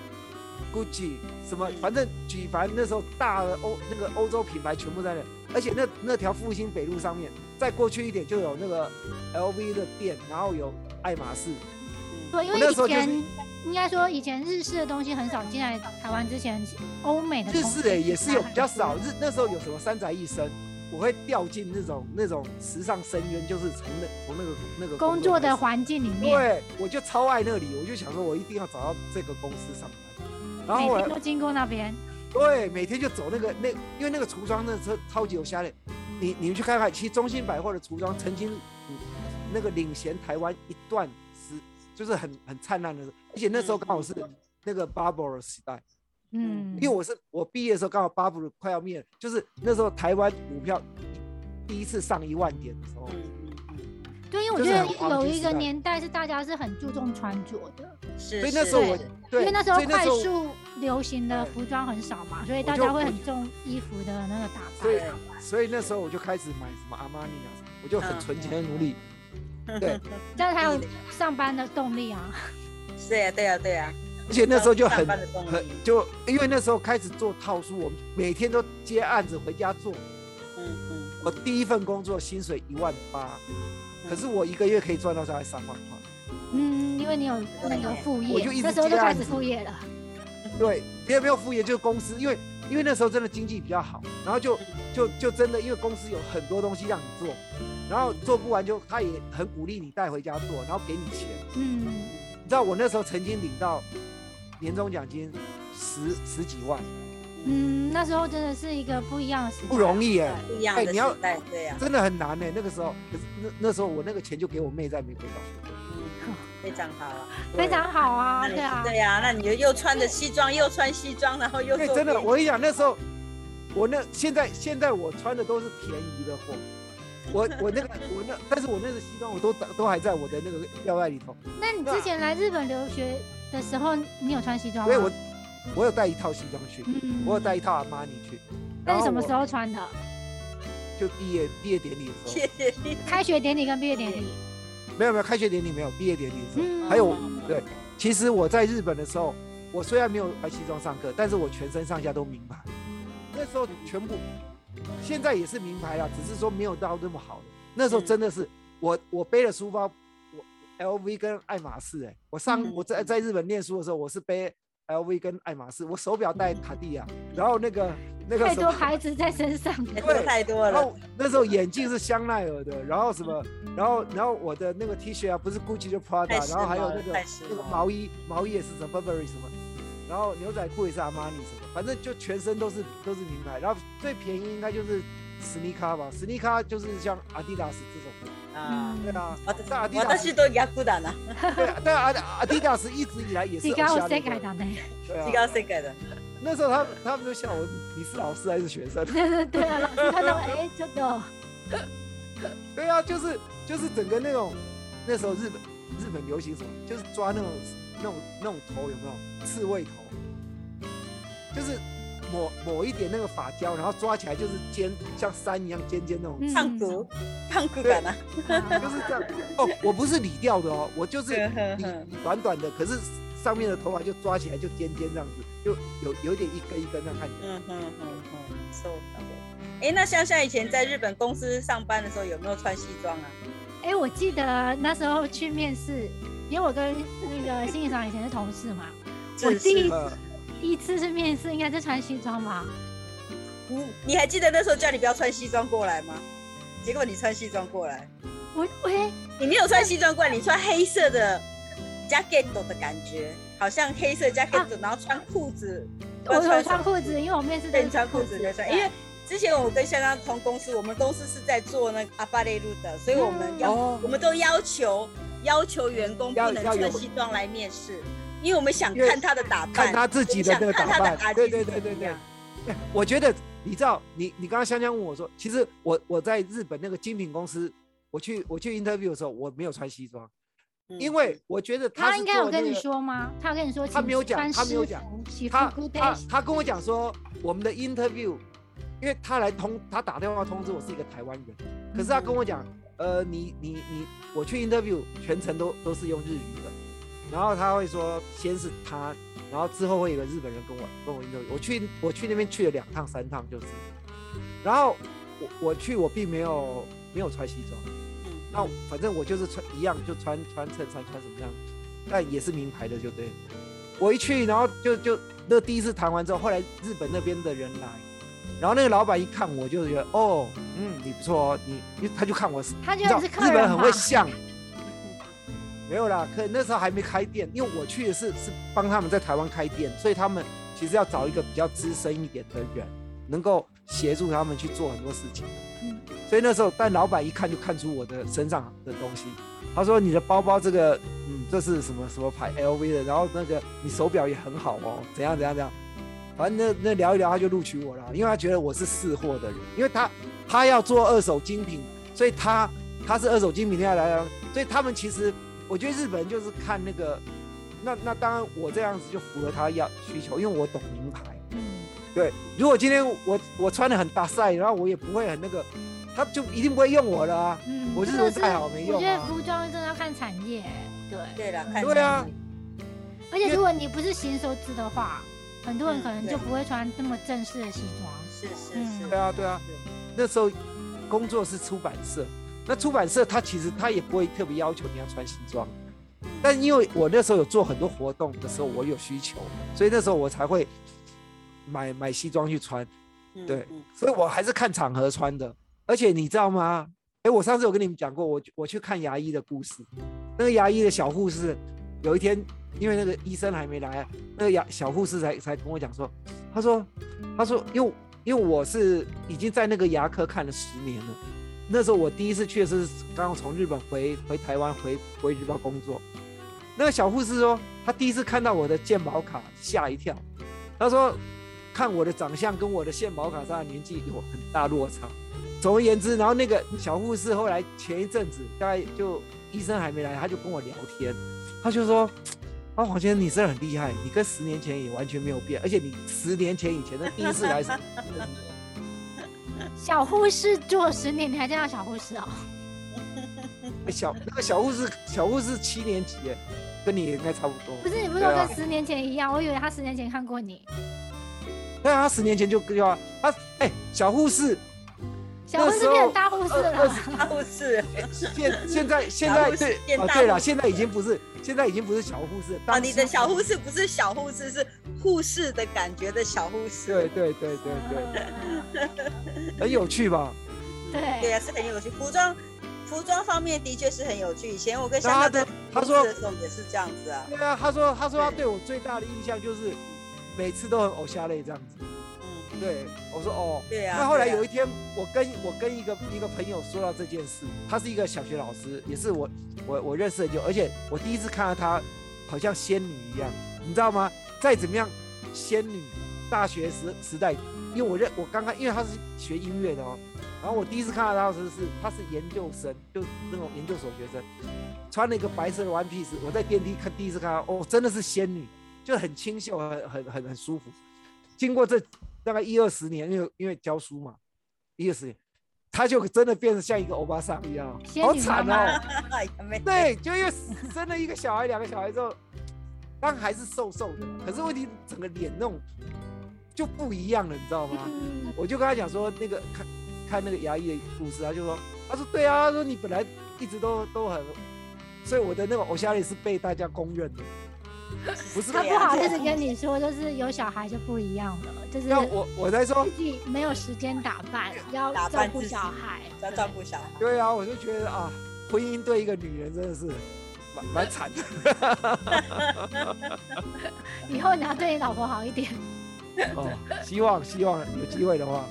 [SPEAKER 1] GUCCI 什么，反正举凡那时候大的欧那个欧洲品牌全部在那，而且那那条复兴北路上面，再过去一点就有那个 LV 的店，然后有爱马仕，
[SPEAKER 3] 嗯
[SPEAKER 2] 对，因
[SPEAKER 1] 我那
[SPEAKER 2] 为以
[SPEAKER 1] 时候就是
[SPEAKER 2] 前应该说以前日式的东西很少进来台湾之前，欧美的
[SPEAKER 1] 日
[SPEAKER 2] 东
[SPEAKER 1] 式
[SPEAKER 2] 西
[SPEAKER 1] 诶、也是有比较少，
[SPEAKER 2] 进来很多
[SPEAKER 1] 日那时候有什么三宅一生，我会掉进那种那种时尚深渊，就是从那从那个那个
[SPEAKER 2] 工作
[SPEAKER 1] 开
[SPEAKER 2] 的
[SPEAKER 1] 始
[SPEAKER 2] 环境里面，
[SPEAKER 1] 对，我就超爱那里，我就想说我一定要找到这个公司上班。然后
[SPEAKER 2] 每
[SPEAKER 1] 后来
[SPEAKER 2] 天都经过那边，
[SPEAKER 1] 对，每天就走那个那，因为那个橱窗那车超级有虾的，你你们去看看，其实中兴百货的橱窗曾经嗯那个领衔台湾一段时，就是很很灿烂的时候，而且那时候刚好是那个 Bubble 时代。
[SPEAKER 2] 嗯，
[SPEAKER 1] 因为我是我毕业的时候刚好巴布鲁快要灭了，就是那时候台湾股票第一次上一万点的时候，
[SPEAKER 3] 嗯嗯
[SPEAKER 2] 对，因为我
[SPEAKER 1] 就是
[SPEAKER 2] 觉得
[SPEAKER 1] 很黄
[SPEAKER 2] 有
[SPEAKER 1] 金
[SPEAKER 2] 一
[SPEAKER 1] 时
[SPEAKER 2] 个
[SPEAKER 1] 代
[SPEAKER 2] 年代是大家是很注重穿着的，
[SPEAKER 3] 嗯，是，
[SPEAKER 1] 所以那时候
[SPEAKER 3] 是
[SPEAKER 1] 我
[SPEAKER 2] 因
[SPEAKER 1] 对，
[SPEAKER 2] 为那时候
[SPEAKER 1] 所以
[SPEAKER 2] 快
[SPEAKER 1] 时候
[SPEAKER 2] 速流行的
[SPEAKER 1] 对
[SPEAKER 2] 服装很少嘛，所以
[SPEAKER 1] 我
[SPEAKER 2] 大
[SPEAKER 1] 就
[SPEAKER 2] 家会
[SPEAKER 1] 我
[SPEAKER 2] 很重衣服的那个打
[SPEAKER 1] 所以
[SPEAKER 2] 扮。
[SPEAKER 1] 所以那时候我就开始买什么阿玛尼啊，我就很
[SPEAKER 3] 嗯
[SPEAKER 1] 存钱的努力，对，
[SPEAKER 2] 这样才有上班的动力啊！
[SPEAKER 3] 是呀，对呀，啊对呀，
[SPEAKER 1] 而且那时候就
[SPEAKER 3] 嗯上
[SPEAKER 1] 很
[SPEAKER 3] 班的动
[SPEAKER 1] 很
[SPEAKER 3] 力，
[SPEAKER 1] 就因为那时候开始做套书，我每天都接案子回家做，
[SPEAKER 3] 嗯嗯。
[SPEAKER 1] 我第一份工作薪水一万八，可是我一个月可以赚到大概三万块。
[SPEAKER 2] 嗯，因为你有那个副
[SPEAKER 1] 我
[SPEAKER 2] 业
[SPEAKER 1] 就一，直
[SPEAKER 2] 那时候就
[SPEAKER 1] 接
[SPEAKER 2] 开
[SPEAKER 1] 案
[SPEAKER 2] 始
[SPEAKER 1] 子
[SPEAKER 2] 副业了。
[SPEAKER 1] 对，也没有副业，就是公司，因为因为那时候真的经济比较好，然后就就就真的因为公司有很多东西让你做，然后做不完就他也很鼓励你带回家做，然后给你钱。
[SPEAKER 2] 嗯，
[SPEAKER 1] 你知道我那时候曾经领到年终奖金十十几万，
[SPEAKER 2] 嗯，那时候真的是一个不一样的时代，
[SPEAKER 1] 不容易耶
[SPEAKER 3] 不一样
[SPEAKER 1] 哎
[SPEAKER 3] 的
[SPEAKER 1] 你要
[SPEAKER 3] 时代，对啊呀、
[SPEAKER 1] 真的很难呢、那个时候，可是那那时候我那个钱就给我妹在美国找学
[SPEAKER 3] 嗯，非常好啊。
[SPEAKER 1] 费，
[SPEAKER 2] 非常好啊，
[SPEAKER 3] 那你
[SPEAKER 2] 对啊，
[SPEAKER 3] 对呀、那你就又穿着西装，又穿西装，然后又
[SPEAKER 1] 对，
[SPEAKER 3] 做
[SPEAKER 1] 哎真的，
[SPEAKER 3] 编
[SPEAKER 1] 我跟你讲，那时
[SPEAKER 2] 嗯
[SPEAKER 1] 候我那现在现在我穿的都是便宜的货，我我那个我那，但是我那个西装我都都还在我的那个腰带里头，
[SPEAKER 2] 那你之前来日本留学的时候，你有穿西装
[SPEAKER 1] 所
[SPEAKER 2] 吗？
[SPEAKER 1] 以我我有带一套西装去，
[SPEAKER 2] 嗯，
[SPEAKER 1] 我有带一套阿玛尼去。
[SPEAKER 2] 那
[SPEAKER 1] 然
[SPEAKER 2] 你
[SPEAKER 1] 后
[SPEAKER 2] 什么
[SPEAKER 1] 我
[SPEAKER 2] 时候穿的？
[SPEAKER 1] 就毕业毕业典礼的时
[SPEAKER 3] 谢 谢你。
[SPEAKER 2] 开学典礼跟毕业典礼。
[SPEAKER 1] 候，没有没有开学典礼没有，毕业典礼的时候。
[SPEAKER 2] 嗯，
[SPEAKER 1] 还有
[SPEAKER 2] 嗯
[SPEAKER 1] 对，其实我在日本的时候，我虽然没有穿西装上课，但是我全身上下都名牌，那时候全部，现在也是名牌啦，只是说没有到那么好的。那时候真的是我我背了书包，我 LV 跟爱马仕、哎，我上
[SPEAKER 3] 嗯
[SPEAKER 1] 我在在日本念书的时候，我是背 LV 跟爱马仕，我手表戴卡地亚，然后那个那个
[SPEAKER 2] 太
[SPEAKER 1] 什么，
[SPEAKER 2] 多牌子在身上了。
[SPEAKER 1] 对
[SPEAKER 3] 太多
[SPEAKER 1] 然
[SPEAKER 3] 了
[SPEAKER 1] 后。那时候眼镜是香奈儿的，然后什么，然后然后我的那个 T 恤啊，不是 Gucci 就 Prada，
[SPEAKER 3] 嗯太时髦
[SPEAKER 1] 然后还有
[SPEAKER 3] 了
[SPEAKER 1] 那个
[SPEAKER 3] 太时髦
[SPEAKER 1] 那个毛衣，毛衣也是什么 Burberry 什么，然后牛仔裤也是阿玛尼什么，反正就全身都是都是名牌，然后最便宜应该就是斯尼卡吧，斯尼卡就是像阿迪达斯这种的，
[SPEAKER 3] 啊，
[SPEAKER 1] 对啊，
[SPEAKER 3] 私
[SPEAKER 1] 但阿迪达斯
[SPEAKER 3] 私都ヤクだな。
[SPEAKER 1] 对啊，但阿阿迪达斯一直以来 也是
[SPEAKER 2] 你
[SPEAKER 1] 偶
[SPEAKER 2] 刚
[SPEAKER 1] 像
[SPEAKER 2] 我谁
[SPEAKER 1] 的
[SPEAKER 2] 改的呢？
[SPEAKER 1] 对
[SPEAKER 3] 違
[SPEAKER 1] 啊，
[SPEAKER 3] う世界だ。
[SPEAKER 1] 那时候他们他们就笑我，你是老师还是学生？
[SPEAKER 2] 对对对啊，老师 看到哎，真的，
[SPEAKER 1] 对啊，就是就是整个那种那时候日本日本流行什么，就是抓那种那种那种头有没有刺猬头，就是抹抹一点那个发胶，然后抓起来就是尖像山一样尖尖那种，
[SPEAKER 2] 嗯
[SPEAKER 3] 韓国韓国かな。
[SPEAKER 1] 就是这样。哦，我不是理掉的哦，我就是
[SPEAKER 3] 呵呵
[SPEAKER 1] 理
[SPEAKER 3] 呵
[SPEAKER 1] 理短短的，可是上面的头发就抓起来就尖尖这样子，就有有一点一根一根这样看起来。
[SPEAKER 3] 嗯嗯嗯嗯，そうか。哎，那像像以前在日本公司上班的时候，有没有穿西装啊？
[SPEAKER 2] 哎，我记得那时候去面试，因为我跟那个新理长以前是同事嘛，我
[SPEAKER 3] 正
[SPEAKER 2] 第
[SPEAKER 3] 式
[SPEAKER 2] 一
[SPEAKER 1] 呃，
[SPEAKER 2] 第一次去面试应该是穿西装吧？
[SPEAKER 3] 你你还记得那时候叫你不要穿西装过来吗？结果你穿西装过来，
[SPEAKER 2] 我哎喂，
[SPEAKER 3] 你没有穿西装过来，你穿黑色的 jacket 的感觉，好像黑色 jacket，、然后穿裤子，
[SPEAKER 2] 我
[SPEAKER 3] 不知道
[SPEAKER 2] 有
[SPEAKER 3] 穿
[SPEAKER 2] 穿
[SPEAKER 3] 什么
[SPEAKER 2] 裤子，因为我面试
[SPEAKER 3] 对，
[SPEAKER 2] 都
[SPEAKER 3] 你
[SPEAKER 2] 是
[SPEAKER 3] 穿裤子没穿，因为之前我跟香香同公司，我们公司是在做那个阿巴雷路的，所以我们要、
[SPEAKER 1] 哦
[SPEAKER 3] 我们都要求要求员工不
[SPEAKER 1] 要
[SPEAKER 3] 能
[SPEAKER 1] 要有
[SPEAKER 3] 穿西装来面试，因为我们想
[SPEAKER 1] 因为
[SPEAKER 3] 看他的打扮，
[SPEAKER 1] 看他自己的那个打
[SPEAKER 3] 我们想看
[SPEAKER 1] 扮
[SPEAKER 3] 他的，
[SPEAKER 1] 对
[SPEAKER 3] RG
[SPEAKER 1] 对对对对。 我觉得你知道，你你刚刚香香问我说，其实我我在日本那个精品公司，我去我去 interview 的时候，我没有穿西装，
[SPEAKER 3] 嗯
[SPEAKER 1] 因为我觉得
[SPEAKER 2] 他
[SPEAKER 1] 是
[SPEAKER 2] 应该有
[SPEAKER 1] 做那
[SPEAKER 2] 跟你
[SPEAKER 1] 个，
[SPEAKER 2] 说吗？他有跟你说，
[SPEAKER 1] 他没有讲
[SPEAKER 2] 请
[SPEAKER 1] 他没有
[SPEAKER 2] 穿
[SPEAKER 1] 讲
[SPEAKER 2] 西服，喜
[SPEAKER 1] 他
[SPEAKER 2] 服 good
[SPEAKER 1] 他
[SPEAKER 2] day，
[SPEAKER 1] 他跟我讲说，我们的 interview，因为他来通他打电话通知我是一个台湾人，可是他跟我讲，呃，你你你，我去 interview 全程都都是用日语的，然后他会说先是他，然后之后会有个日本人跟我跟我 interview，我去我去那边去了两趟三趟就是，然后我我去我并没有没有穿西装，
[SPEAKER 3] 嗯
[SPEAKER 1] 那反正我就是穿一样，就穿穿衬衫，穿什么样，但也是名牌的，就对了。我一去，然后就就那第一次谈完之后，后来日本那边的人来，然后那个老板一看我，就觉得哦，嗯，你不错哦，你，因为他就看我是，
[SPEAKER 2] 他
[SPEAKER 1] 你
[SPEAKER 2] 觉
[SPEAKER 1] 知道
[SPEAKER 2] 得是
[SPEAKER 1] 日
[SPEAKER 2] 客
[SPEAKER 1] 本
[SPEAKER 2] 人
[SPEAKER 1] 人
[SPEAKER 2] 吧
[SPEAKER 1] 很会像，没有啦，可那时候还没开店，因为我去的是是帮他们在台湾开店，所以他们其实要找一个比较资深一点的人，能够协助他们去做很多事情。
[SPEAKER 2] 嗯
[SPEAKER 1] 所以那时候，但老板一看就看出我的身上的东西。他说：“你的包包这个，嗯，这是什么什么牌 LV 的，然后那个你手表也很好哦，怎样怎样怎样。”反正那那聊一聊，他就录取我了，因为他觉得我是试货的人，因为他他要做二手精品，所以他他是二手精品店来的，所以他们其实我觉得日本人就是看那个，那那当然我这样子就符合他要需求，因为我懂名牌。
[SPEAKER 2] 嗯，
[SPEAKER 1] 对，如果今天我我穿的很大赛，然后我也不会很那个，他就一定不会用我的啊。
[SPEAKER 2] 嗯，
[SPEAKER 1] 我
[SPEAKER 2] 这
[SPEAKER 1] 日
[SPEAKER 2] 个
[SPEAKER 1] 文
[SPEAKER 2] 是
[SPEAKER 1] 太好没
[SPEAKER 2] 我
[SPEAKER 1] 用
[SPEAKER 2] 觉得
[SPEAKER 1] 啊
[SPEAKER 2] 服装真的要看产业，对。
[SPEAKER 3] 对了，看
[SPEAKER 1] 对啊，
[SPEAKER 2] 而且如果你不是型手制的话，很多人可能
[SPEAKER 3] 嗯
[SPEAKER 2] 就
[SPEAKER 3] 对
[SPEAKER 2] 不会穿这么正式的西装。
[SPEAKER 3] 是是
[SPEAKER 2] 嗯
[SPEAKER 3] 是，
[SPEAKER 1] 对啊对啊
[SPEAKER 3] 是，
[SPEAKER 1] 那时候工作是出版社，那出版社他其实他也不会特别要求你要穿西装，但因为我那时候有做很多活动的时候，我有需求，所以那时候我才会买买西装去穿。
[SPEAKER 3] 嗯
[SPEAKER 1] 对
[SPEAKER 3] 嗯
[SPEAKER 1] 所以我还是看场合穿的。而且你知道吗？哎，我上次有跟你们讲过，我我去看牙医的故事。那个牙医的小护士，有一天因为那个医生还没来，啊那个牙小护士才才跟我讲说，他说他说因为因为我是已经在那个牙科看了十年了。那时候我第一次去的是刚刚从日本回回台湾回回日报工作，那个小护士说她第一次看到我的健保卡吓一跳，她说看我的长相跟我的献宝卡上的年纪有很大落差。总而言之，然后那个小护士后来前一阵子大概就医生还没来，他就跟我聊天，他就说：“啊，黄先生，你真的很厉害，你跟十年前也完全没有变，而且你十年前以前的第一次来是
[SPEAKER 2] 小护士做了十年，你还见到小护士哦？
[SPEAKER 1] 小 那个小护士，小护士七年级耶，跟你也应该差不多。
[SPEAKER 2] 不是，你不是
[SPEAKER 1] 对
[SPEAKER 2] 说
[SPEAKER 1] 啊
[SPEAKER 2] 跟十年前一样？我以为他十年前看过你。
[SPEAKER 1] 但他十年前就就啊，他哎、小护士
[SPEAKER 2] 小护士变成大护士
[SPEAKER 1] 那时
[SPEAKER 2] 了，
[SPEAKER 3] 护士
[SPEAKER 1] 现现在现
[SPEAKER 3] 小
[SPEAKER 1] 在
[SPEAKER 3] 护士
[SPEAKER 1] 对
[SPEAKER 3] 变
[SPEAKER 1] 哦
[SPEAKER 3] 大
[SPEAKER 1] 对
[SPEAKER 3] 护
[SPEAKER 1] 了，
[SPEAKER 3] 士
[SPEAKER 1] 现在已经不是现在已经不是小护士，
[SPEAKER 3] 啊，
[SPEAKER 1] 当
[SPEAKER 3] 你
[SPEAKER 1] 时
[SPEAKER 3] 的小护士不是小护士，是护士的感觉的小护士。
[SPEAKER 1] 对对对对对，
[SPEAKER 2] 对
[SPEAKER 1] 很有趣吧？
[SPEAKER 3] 对啊
[SPEAKER 2] 对，
[SPEAKER 3] 呀、是很有趣。服装服装方面的确是很有趣。以前我跟香
[SPEAKER 1] 他
[SPEAKER 3] 香
[SPEAKER 1] 的
[SPEAKER 3] 在
[SPEAKER 1] 他
[SPEAKER 3] 公司
[SPEAKER 1] 说
[SPEAKER 3] 的时候也是这样子啊。
[SPEAKER 1] 对啊，他说他说他对我最大的印象就是每次都很偶像类这样子。
[SPEAKER 3] 嗯，
[SPEAKER 1] 对，我说哦。
[SPEAKER 3] 对呀、啊。
[SPEAKER 1] 那后来
[SPEAKER 3] 对啊
[SPEAKER 1] 有一天，我跟我跟一个一个朋友说到这件事，他是一个小学老师，也是我我我认识很久，而且我第一次看到他好像仙女一样，你知道吗？再怎么样，仙女大学时时代，因为我认我刚刚因为他是学音乐的哦，然后我第一次看到他的时候是他是研究生，就那种研究所学生，穿了一个白色的 one piece，我在电梯看第一次看到，哦，真的是仙女，就很清秀，很很很很舒服。经过这大概一二十年，因为因为教书嘛，一二十年，他就真的变得像一个欧巴桑一样，
[SPEAKER 2] 仙
[SPEAKER 1] 好
[SPEAKER 2] 女
[SPEAKER 1] 惨
[SPEAKER 2] 妈妈
[SPEAKER 1] 哦。
[SPEAKER 3] 哎呀没
[SPEAKER 1] 对，就因为生了一个小孩、两个小孩之后，当然还是瘦瘦的，可是问题整个脸那种就不一样了，你知道吗？
[SPEAKER 2] 嗯
[SPEAKER 1] 我就跟他讲说那个看看那个牙医的故事，他就说，他说对啊，他说你本来一直都都很，所以我的那个偶像力是被大家公认的，不是
[SPEAKER 2] 啊他
[SPEAKER 1] 被
[SPEAKER 2] 不好
[SPEAKER 1] 人家
[SPEAKER 2] 意思跟你说，就是有小孩就不一样了，就 是
[SPEAKER 1] 那我我在说
[SPEAKER 2] 自，己没有时间打扮，要
[SPEAKER 3] 打
[SPEAKER 2] 照
[SPEAKER 3] 扮
[SPEAKER 2] 顾
[SPEAKER 3] 自己
[SPEAKER 2] 小孩，
[SPEAKER 3] 要照顾小孩。
[SPEAKER 1] 对啊，我就觉得啊，婚姻对一个女人真的是蛮蛮惨的。
[SPEAKER 2] 对。以后你要对你老婆好一点。
[SPEAKER 1] 哦，希望希望有机会的话，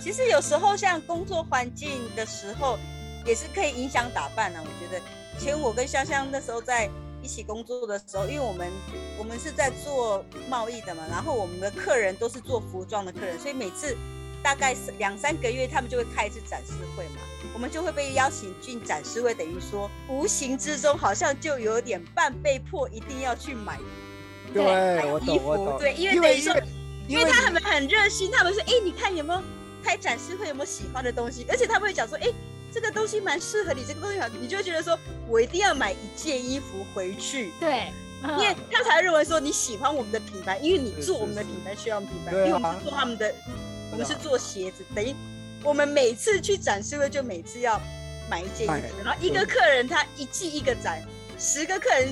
[SPEAKER 3] 其实有时候像工作环境的时候，也是可以影响打扮呢、啊。我觉得，以前我跟香香那时候在一起工作的时候，因为我们我们是在做贸易的嘛，然后我们的客人都是做服装的客人，所以每次大概是两三个月，他们就会开一次展示会嘛，我们就会被邀请进展示会，等于说无形之中好像就有点半被迫一定要去买
[SPEAKER 1] 对
[SPEAKER 3] 买
[SPEAKER 1] 我
[SPEAKER 3] 衣
[SPEAKER 1] 懂我
[SPEAKER 3] 服，
[SPEAKER 1] 懂，
[SPEAKER 3] 对，因为
[SPEAKER 1] 因
[SPEAKER 3] 等
[SPEAKER 1] 为
[SPEAKER 3] 于说。
[SPEAKER 1] 因
[SPEAKER 3] 因为他们很热心，他们说：“哎、你看有没有开展示会，有没有喜欢的东西？”而且他们会讲说：“哎、这个东西蛮适合你，这个东西好。”你就会觉得说：“我一定要买一件衣服回去，
[SPEAKER 2] 对，嗯
[SPEAKER 3] 因为他才认为说你喜欢我们的品牌，因为你
[SPEAKER 1] 是
[SPEAKER 3] 做
[SPEAKER 1] 是
[SPEAKER 3] 我们的
[SPEAKER 1] 是
[SPEAKER 3] 品牌需要我们品牌，因
[SPEAKER 1] 对啊
[SPEAKER 3] 为我们是做他们的，我们是做鞋子，等于我们每次去展示会就每次要买一件衣
[SPEAKER 1] 买
[SPEAKER 3] 服，然后一个客人他一季一个展，十个客人。”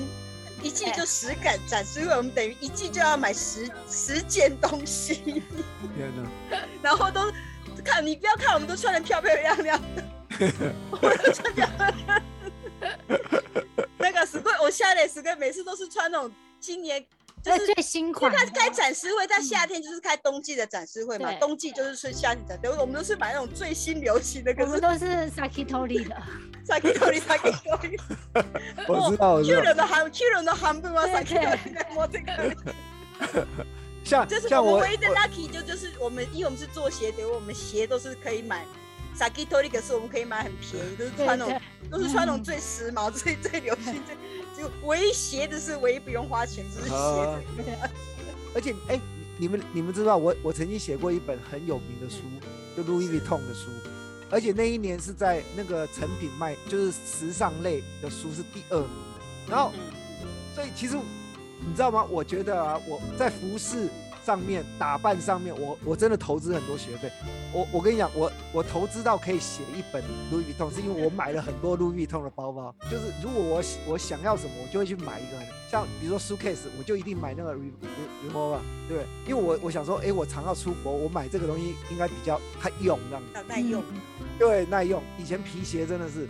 [SPEAKER 3] 一季就十个展示会，我们等于一季就要买十十件东西。
[SPEAKER 1] 天哪，
[SPEAKER 3] 然后都看你不要看我们都穿的漂漂亮亮的， 我们都穿漂亮亮的。那个死鬼，我夏天死鬼每次都是穿那种今年就
[SPEAKER 2] 呃对
[SPEAKER 3] 是。
[SPEAKER 2] 最新
[SPEAKER 3] 因
[SPEAKER 2] 款
[SPEAKER 3] 为
[SPEAKER 2] 的，
[SPEAKER 3] 它开展示会，在
[SPEAKER 1] 嗯
[SPEAKER 3] 夏天就是开冬季的展示会嘛，
[SPEAKER 2] 对
[SPEAKER 3] 冬季就是春夏季展示会，我们都是买那种最新流行的，可
[SPEAKER 2] 我
[SPEAKER 3] 是
[SPEAKER 2] 们都是 Saki Tori 的，
[SPEAKER 3] Saki Tori Saki Tori，
[SPEAKER 1] 我知道我知
[SPEAKER 3] Q
[SPEAKER 1] 道，
[SPEAKER 3] 人的韩 Q 人的韩布吗
[SPEAKER 2] 对
[SPEAKER 3] ？Saki
[SPEAKER 2] 对
[SPEAKER 3] Tori 在摸这个。
[SPEAKER 1] 像
[SPEAKER 3] 就是
[SPEAKER 1] 像
[SPEAKER 3] 我
[SPEAKER 1] 我
[SPEAKER 3] 们 唯一的 lucky 就就是我们，因为我们是做鞋的，我们鞋都是可以买 Saki Tori，可是我们可以买很便宜，都是
[SPEAKER 2] 对
[SPEAKER 3] 穿那种
[SPEAKER 2] 对，
[SPEAKER 3] 都是
[SPEAKER 1] 嗯
[SPEAKER 3] 穿那种最时髦、 最最流行、最就唯一鞋子是唯一不用花钱，就是鞋
[SPEAKER 1] 啊
[SPEAKER 3] 子。
[SPEAKER 1] 而且哎、你们你们知道我我曾经写过一本很有名的书，就 Louis Vuitton 的书，而且那一年是在那个成品卖，就是时尚类的书是第二名的。然
[SPEAKER 3] 嗯
[SPEAKER 1] 后，所以其实你知道吗？我觉得啊，我在服饰上面、打扮上面，我我真的投资很多学费。我我跟你讲，我我投资到可以写一本 Louis Vuitton，是因为我买了很多 Louis Vuitton 的包包。就是如果我喜我想要什么，我就会去买一个很。像比如说 suitcase，我就一定买那个 r e r e v o l v e 对不对？因为我我想说，诶，我常要出国，我买这个东西应该比较它用这样子。
[SPEAKER 3] 脑袋用，
[SPEAKER 2] 嗯
[SPEAKER 1] 对，耐用。以前皮鞋真的是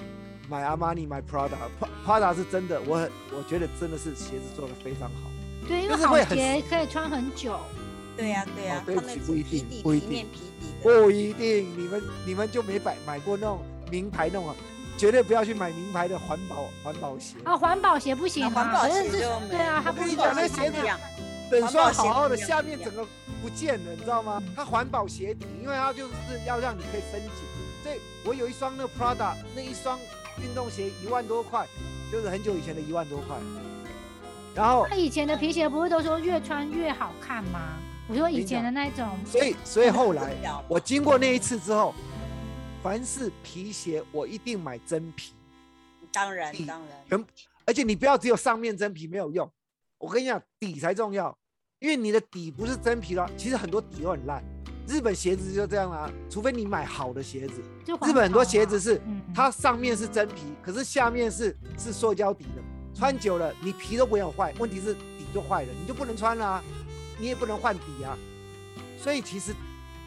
[SPEAKER 1] 买阿玛尼、买 Prada，Prada Prada 是真的，我很我觉得真的是鞋子做的非常好。
[SPEAKER 2] 对，因为
[SPEAKER 1] 就是
[SPEAKER 2] 好
[SPEAKER 1] 会很
[SPEAKER 2] 鞋可以穿很久，
[SPEAKER 3] 对呀对啊
[SPEAKER 1] 哦，
[SPEAKER 3] 呀
[SPEAKER 1] 对
[SPEAKER 3] 他
[SPEAKER 1] 不
[SPEAKER 3] 们
[SPEAKER 1] 起
[SPEAKER 3] 是
[SPEAKER 1] 不一
[SPEAKER 3] 皮
[SPEAKER 1] 定
[SPEAKER 3] 底
[SPEAKER 1] 不一
[SPEAKER 3] 皮面
[SPEAKER 1] 定
[SPEAKER 3] 皮底的。
[SPEAKER 1] 不一定，你们你们就没买买过那种名牌那种啊，绝对不要去买名牌的环保环保鞋。
[SPEAKER 2] 啊，环保鞋不行
[SPEAKER 3] 啊环
[SPEAKER 2] 啊，
[SPEAKER 3] 保
[SPEAKER 2] 可是
[SPEAKER 3] 鞋
[SPEAKER 2] 是
[SPEAKER 3] 就没
[SPEAKER 2] 对啊，它
[SPEAKER 1] 我
[SPEAKER 2] 不
[SPEAKER 1] 跟你
[SPEAKER 2] 是
[SPEAKER 1] 讲那
[SPEAKER 2] 环
[SPEAKER 1] 鞋
[SPEAKER 2] 保
[SPEAKER 1] 子
[SPEAKER 2] 的
[SPEAKER 3] 样，
[SPEAKER 1] 等
[SPEAKER 3] 环保
[SPEAKER 1] 双
[SPEAKER 3] 鞋
[SPEAKER 1] 好好的，
[SPEAKER 3] 不一样
[SPEAKER 1] 下面整个不见了，你知道吗？它环保鞋啊底，因为它就是要让你可以分解。所以我有一双那 Prada 那一双运动鞋一万多块，就是很久以前的一万多块。然后
[SPEAKER 2] 那以前的皮鞋不是都说越穿越好看吗？我说以前的那种，
[SPEAKER 1] 所以所以后来
[SPEAKER 3] 了
[SPEAKER 1] 我经过那一次之后，凡是皮鞋我一定买真皮，
[SPEAKER 3] 当然
[SPEAKER 1] 嗯
[SPEAKER 3] 当然，
[SPEAKER 1] 全而且你不要只有上面真皮没有用，我跟你讲底才重要，因为你的底不是真皮的话，其实很多底都很烂，日本鞋子就这样啦、除非你买好的鞋子，
[SPEAKER 2] 就
[SPEAKER 1] 日本很多鞋子是
[SPEAKER 2] 嗯
[SPEAKER 1] 它上面是真皮，可是下面是是塑胶底的，穿久了你皮都不会有坏，问题是底就坏了，你就不能穿啦、你也不能换底啊。所以其实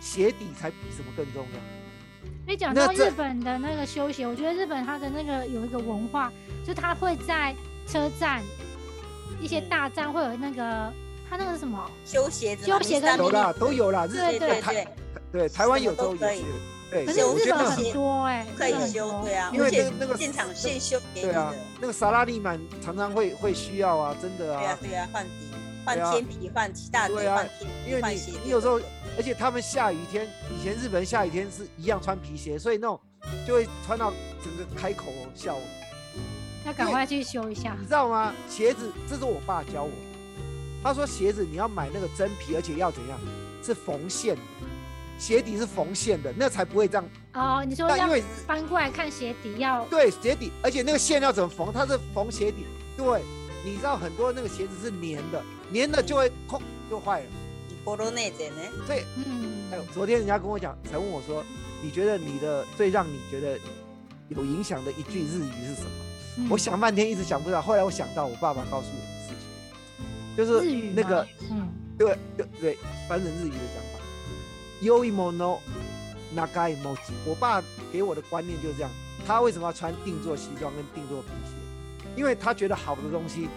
[SPEAKER 1] 鞋底才比什么更重要。
[SPEAKER 2] 所以讲
[SPEAKER 1] 那
[SPEAKER 2] 到
[SPEAKER 1] 这
[SPEAKER 2] 日本的那个休息，我觉得日本它的那个有一个文化，就它会在车站一些大站会有那个，它那个是什么？
[SPEAKER 3] 修鞋子嘛，
[SPEAKER 2] 修鞋
[SPEAKER 3] 你知道
[SPEAKER 2] 跟
[SPEAKER 1] 有
[SPEAKER 3] 你
[SPEAKER 1] 啦，都有啦，日
[SPEAKER 2] 对
[SPEAKER 3] 对
[SPEAKER 2] 对
[SPEAKER 3] 对
[SPEAKER 1] 台
[SPEAKER 3] 对，
[SPEAKER 1] 对台湾有
[SPEAKER 3] 什么
[SPEAKER 1] 都
[SPEAKER 3] 都
[SPEAKER 1] 有
[SPEAKER 3] 可以
[SPEAKER 1] 是，对，
[SPEAKER 2] 可
[SPEAKER 3] 可
[SPEAKER 2] 是
[SPEAKER 3] 是
[SPEAKER 1] 我
[SPEAKER 3] 我
[SPEAKER 1] 觉
[SPEAKER 2] 日
[SPEAKER 1] 得
[SPEAKER 2] 本
[SPEAKER 3] 觉得
[SPEAKER 1] 那
[SPEAKER 3] 很
[SPEAKER 2] 很多哎、日
[SPEAKER 3] 可
[SPEAKER 2] 本
[SPEAKER 3] 以
[SPEAKER 2] 很
[SPEAKER 3] 修，
[SPEAKER 2] 多
[SPEAKER 3] 对啊，
[SPEAKER 1] 因为
[SPEAKER 3] 而且
[SPEAKER 1] 那个那个
[SPEAKER 3] 现场现修鞋子
[SPEAKER 1] 对啊
[SPEAKER 3] 的，，
[SPEAKER 1] 那个萨拉利曼常常会会需要啊，真的
[SPEAKER 3] 对啊
[SPEAKER 1] 啊，
[SPEAKER 3] 对啊，换底换
[SPEAKER 1] 对啊
[SPEAKER 3] 天皮换大底
[SPEAKER 1] 对啊
[SPEAKER 3] 换天
[SPEAKER 1] 因为
[SPEAKER 3] 皮换
[SPEAKER 1] 你
[SPEAKER 3] 鞋底，
[SPEAKER 1] 你有时候而且他们下雨天，以前日本下雨天是一样穿皮鞋，所以那种就会穿到整个开口哦笑我，
[SPEAKER 2] 要赶快去修一下
[SPEAKER 1] 你。知道吗？鞋子，这是我爸教我，他说鞋子你要买那个真皮，而且要怎样，是缝线的，鞋底是缝线的，那才不会这样。
[SPEAKER 2] 哦，你说
[SPEAKER 1] 那
[SPEAKER 2] 要
[SPEAKER 1] 因为
[SPEAKER 2] 翻过来看鞋底要
[SPEAKER 1] 对鞋底，而且那个线要怎么缝？它是缝鞋底。对，你知道很多那个鞋子是粘的，粘的就会空就坏了。
[SPEAKER 3] 你波罗内子呢？
[SPEAKER 1] 所以，
[SPEAKER 2] 嗯
[SPEAKER 1] 哎，呦，昨天人家跟我讲，才问我说，你觉得你的最让你觉得有影响的一句日语是什么？
[SPEAKER 2] 嗯
[SPEAKER 1] 我想半天一直想不到，后来我想到我爸爸告诉我的事情，就
[SPEAKER 2] 日
[SPEAKER 1] 是
[SPEAKER 2] 语
[SPEAKER 1] 那
[SPEAKER 2] 吗
[SPEAKER 1] 个
[SPEAKER 2] 嗯
[SPEAKER 1] 对对对，翻成日语的讲法，优一 o 呢，那该 m o 我爸给我的观念就是这样，他为什么要穿定做西装跟定做皮鞋？因为他觉得好的东西，
[SPEAKER 3] 嗯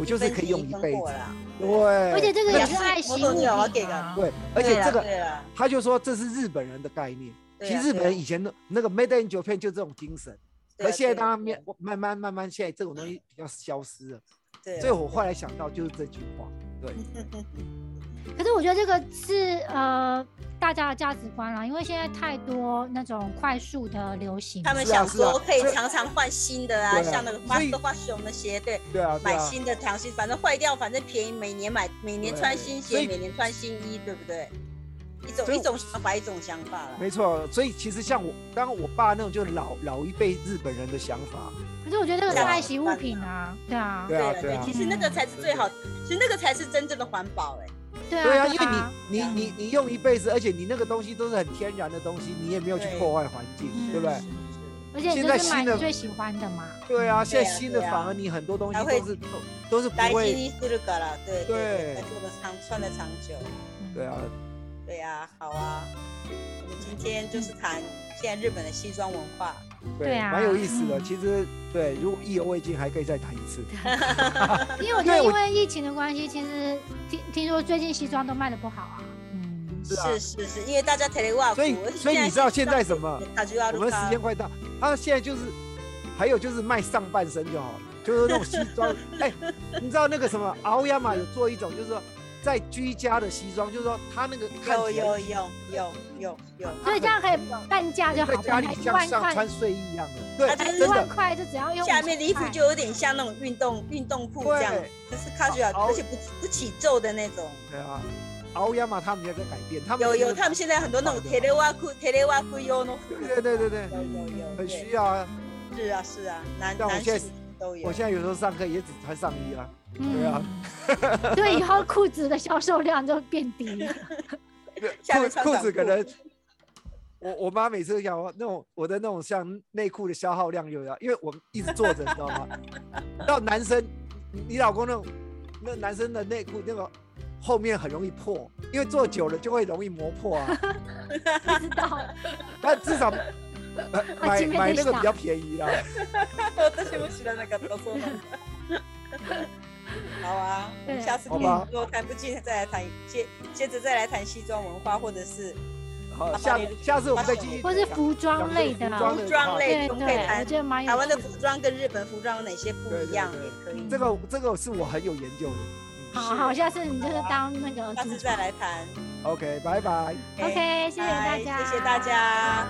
[SPEAKER 1] 我就是可以用一辈子
[SPEAKER 3] 啦。
[SPEAKER 1] 对，
[SPEAKER 2] 而且这个
[SPEAKER 1] 那
[SPEAKER 2] 也是爱惜物
[SPEAKER 3] 我懂
[SPEAKER 2] 品
[SPEAKER 3] 你了我懂
[SPEAKER 2] 啊
[SPEAKER 3] 了。
[SPEAKER 1] 对，而且这个
[SPEAKER 3] 对啦
[SPEAKER 1] 他就说这是日本人的概念。
[SPEAKER 3] 对
[SPEAKER 1] 其
[SPEAKER 3] 啊
[SPEAKER 1] 实日本人
[SPEAKER 3] 对啊
[SPEAKER 1] 以前的那个 Made in Japan 就这种精神，
[SPEAKER 3] 对啊
[SPEAKER 1] 而现在
[SPEAKER 3] 对啊
[SPEAKER 1] 当然
[SPEAKER 3] 对啊
[SPEAKER 1] 面慢慢慢慢，现在这种东西比较消失了。
[SPEAKER 3] 对啊
[SPEAKER 1] 所以我后来想到就是这句话，
[SPEAKER 2] 可是我觉得这个是呃大家的价值观啦，因为现在太多那种快速的流行，
[SPEAKER 3] 他们
[SPEAKER 1] 是啊
[SPEAKER 3] 想
[SPEAKER 1] 是啊
[SPEAKER 3] 说可以
[SPEAKER 1] 这
[SPEAKER 3] 常常换新的
[SPEAKER 1] 对
[SPEAKER 3] 啊，
[SPEAKER 1] 啊
[SPEAKER 3] 像那个
[SPEAKER 1] 所
[SPEAKER 3] 花
[SPEAKER 1] 以
[SPEAKER 3] 都花熊的鞋，对，
[SPEAKER 1] 对啊，对
[SPEAKER 3] 买
[SPEAKER 1] 啊，
[SPEAKER 3] 新的糖新，反正坏掉，反正便宜，每年买，每年
[SPEAKER 1] 对啊
[SPEAKER 3] 穿新
[SPEAKER 1] 所
[SPEAKER 3] 鞋，
[SPEAKER 1] 以
[SPEAKER 3] 每年穿新衣，对不对？一种
[SPEAKER 1] 所以
[SPEAKER 3] 一种想法，一种想法了。
[SPEAKER 1] 没错。所以其实像我，当然我爸那种就老老一辈日本人的想法，
[SPEAKER 2] 可是我觉得这个是
[SPEAKER 1] 对啊
[SPEAKER 2] 爱惜物品啊，对啊，
[SPEAKER 1] 对啊
[SPEAKER 3] 了
[SPEAKER 1] 对啊
[SPEAKER 3] 其实那个才是最好，其实那个才是真正的环保，哎，
[SPEAKER 2] 对啊，
[SPEAKER 1] 对啊，
[SPEAKER 2] 对
[SPEAKER 1] 因
[SPEAKER 2] 啊
[SPEAKER 1] 为你你你你用一辈子，而且你那个东西都是很天然的东西，你也没有去
[SPEAKER 3] 对
[SPEAKER 1] 破坏环境，
[SPEAKER 2] 嗯
[SPEAKER 1] 对不啊对？
[SPEAKER 2] 而且你
[SPEAKER 1] 现
[SPEAKER 2] 就
[SPEAKER 1] 在
[SPEAKER 2] 是买
[SPEAKER 1] 新
[SPEAKER 2] 你
[SPEAKER 1] 的
[SPEAKER 2] 最喜欢的嘛，
[SPEAKER 1] 对啊，现在
[SPEAKER 3] 对啊
[SPEAKER 1] 新的
[SPEAKER 3] 对啊
[SPEAKER 1] 反而你很多东西
[SPEAKER 3] 还会
[SPEAKER 1] 都是都都是不
[SPEAKER 3] 来新
[SPEAKER 1] 会，
[SPEAKER 3] 衣是这个了，对
[SPEAKER 1] 对
[SPEAKER 3] 对，才做的长，穿的长久，
[SPEAKER 2] 嗯
[SPEAKER 1] 对啊，
[SPEAKER 3] 对啊，好啊。我们今天就是谈现在日本的西装文化，
[SPEAKER 2] 对啊
[SPEAKER 1] 蛮有意思的。
[SPEAKER 2] 嗯
[SPEAKER 1] 其实对，如果意犹未尽，还可以再谈一次。
[SPEAKER 2] 因为我觉得
[SPEAKER 1] 对我
[SPEAKER 2] 因为疫情的关系，其实听听说最近西装都卖的不好啊，嗯，
[SPEAKER 1] 是啊
[SPEAKER 3] 是是是，因为大家 t e l e w o r
[SPEAKER 1] 所以所以你知道现在什么？
[SPEAKER 3] 他就要
[SPEAKER 1] 我们时间快到，他现在就是，还有就是卖上半身就好了，就是那种西装。哎、你知道那个什么奥亚马有做一种，就是说在居家的西装，就是说他那个看
[SPEAKER 3] 有
[SPEAKER 1] 起来
[SPEAKER 3] 有有有有有，
[SPEAKER 2] 所以这样可以半价就好，
[SPEAKER 1] 在家里
[SPEAKER 2] 本来一
[SPEAKER 1] 像
[SPEAKER 2] 万
[SPEAKER 1] 像
[SPEAKER 2] 块
[SPEAKER 1] 穿，睡衣一样的，对，
[SPEAKER 3] 啊
[SPEAKER 2] 本来
[SPEAKER 1] 真
[SPEAKER 2] 哎一万
[SPEAKER 1] 的。
[SPEAKER 2] 块就只要用
[SPEAKER 3] 下面的衣服
[SPEAKER 2] 50块
[SPEAKER 3] 就有点像那种运动运动裤这样
[SPEAKER 1] 对，
[SPEAKER 3] 就是看起来，
[SPEAKER 1] 好
[SPEAKER 3] 而且不不起皱的那种。
[SPEAKER 1] 对啊，奥亚马他们也在改变，他们
[SPEAKER 3] 有
[SPEAKER 1] 就是
[SPEAKER 3] 有，他们现在很多那种 t
[SPEAKER 1] 对
[SPEAKER 3] e l e w a k u t e l e w a k u 用的裤子，
[SPEAKER 1] 对对对对
[SPEAKER 3] 有有有，
[SPEAKER 1] 很
[SPEAKER 3] 对
[SPEAKER 1] 需要啊。
[SPEAKER 3] 是啊是啊，男
[SPEAKER 1] 像我
[SPEAKER 3] 男
[SPEAKER 1] 现在
[SPEAKER 3] 士都有
[SPEAKER 1] 我。现在有时候上课也只穿上衣啊，对啊
[SPEAKER 2] 嗯，所以以后裤子的销售量就变低了。
[SPEAKER 3] 下
[SPEAKER 1] 裤
[SPEAKER 3] 面穿
[SPEAKER 1] 裤
[SPEAKER 3] 短
[SPEAKER 1] 子可
[SPEAKER 3] 裤
[SPEAKER 1] 能。 我我妈每次都讲我那种我的那种像内裤的消耗量有要，因为我们一直坐着，你知道吗？ 到男生，你你老公那种那男生的内裤那个后面很容易破，因为坐久了就会容易磨破 啊。
[SPEAKER 2] 不知 道，
[SPEAKER 1] 但至少 呃买
[SPEAKER 2] 今天
[SPEAKER 1] 买
[SPEAKER 2] 可以
[SPEAKER 1] 那个
[SPEAKER 2] 打
[SPEAKER 1] 比较便宜啦。
[SPEAKER 3] 私も知らなかったそうなんだ。好啊，我们下次
[SPEAKER 1] 好吧
[SPEAKER 3] 如果谈不进，再来谈接接着再来谈西装文化，或者是
[SPEAKER 1] 好，
[SPEAKER 3] 麻
[SPEAKER 1] 下
[SPEAKER 3] 烦你
[SPEAKER 1] 下次我们再继续
[SPEAKER 2] 或
[SPEAKER 1] 讲。
[SPEAKER 2] 是服装类的
[SPEAKER 1] 讲
[SPEAKER 2] 啊，
[SPEAKER 1] 这个
[SPEAKER 3] 服装类
[SPEAKER 2] 对
[SPEAKER 3] 都
[SPEAKER 2] 对，
[SPEAKER 3] 可以谈
[SPEAKER 2] 我觉得蛮有
[SPEAKER 3] 台湾的
[SPEAKER 2] 趣
[SPEAKER 3] 服装跟日本服装有哪些不一样，
[SPEAKER 1] 对对
[SPEAKER 3] 也可以。
[SPEAKER 1] 这个这个是我很有研究的。
[SPEAKER 2] 好好，下次你就是当那个
[SPEAKER 3] 下
[SPEAKER 2] 主
[SPEAKER 3] 次
[SPEAKER 2] 角
[SPEAKER 3] 再来谈。
[SPEAKER 1] OK，拜拜。
[SPEAKER 2] OK，谢谢大
[SPEAKER 3] 拜
[SPEAKER 2] 家，
[SPEAKER 3] 谢谢大。家。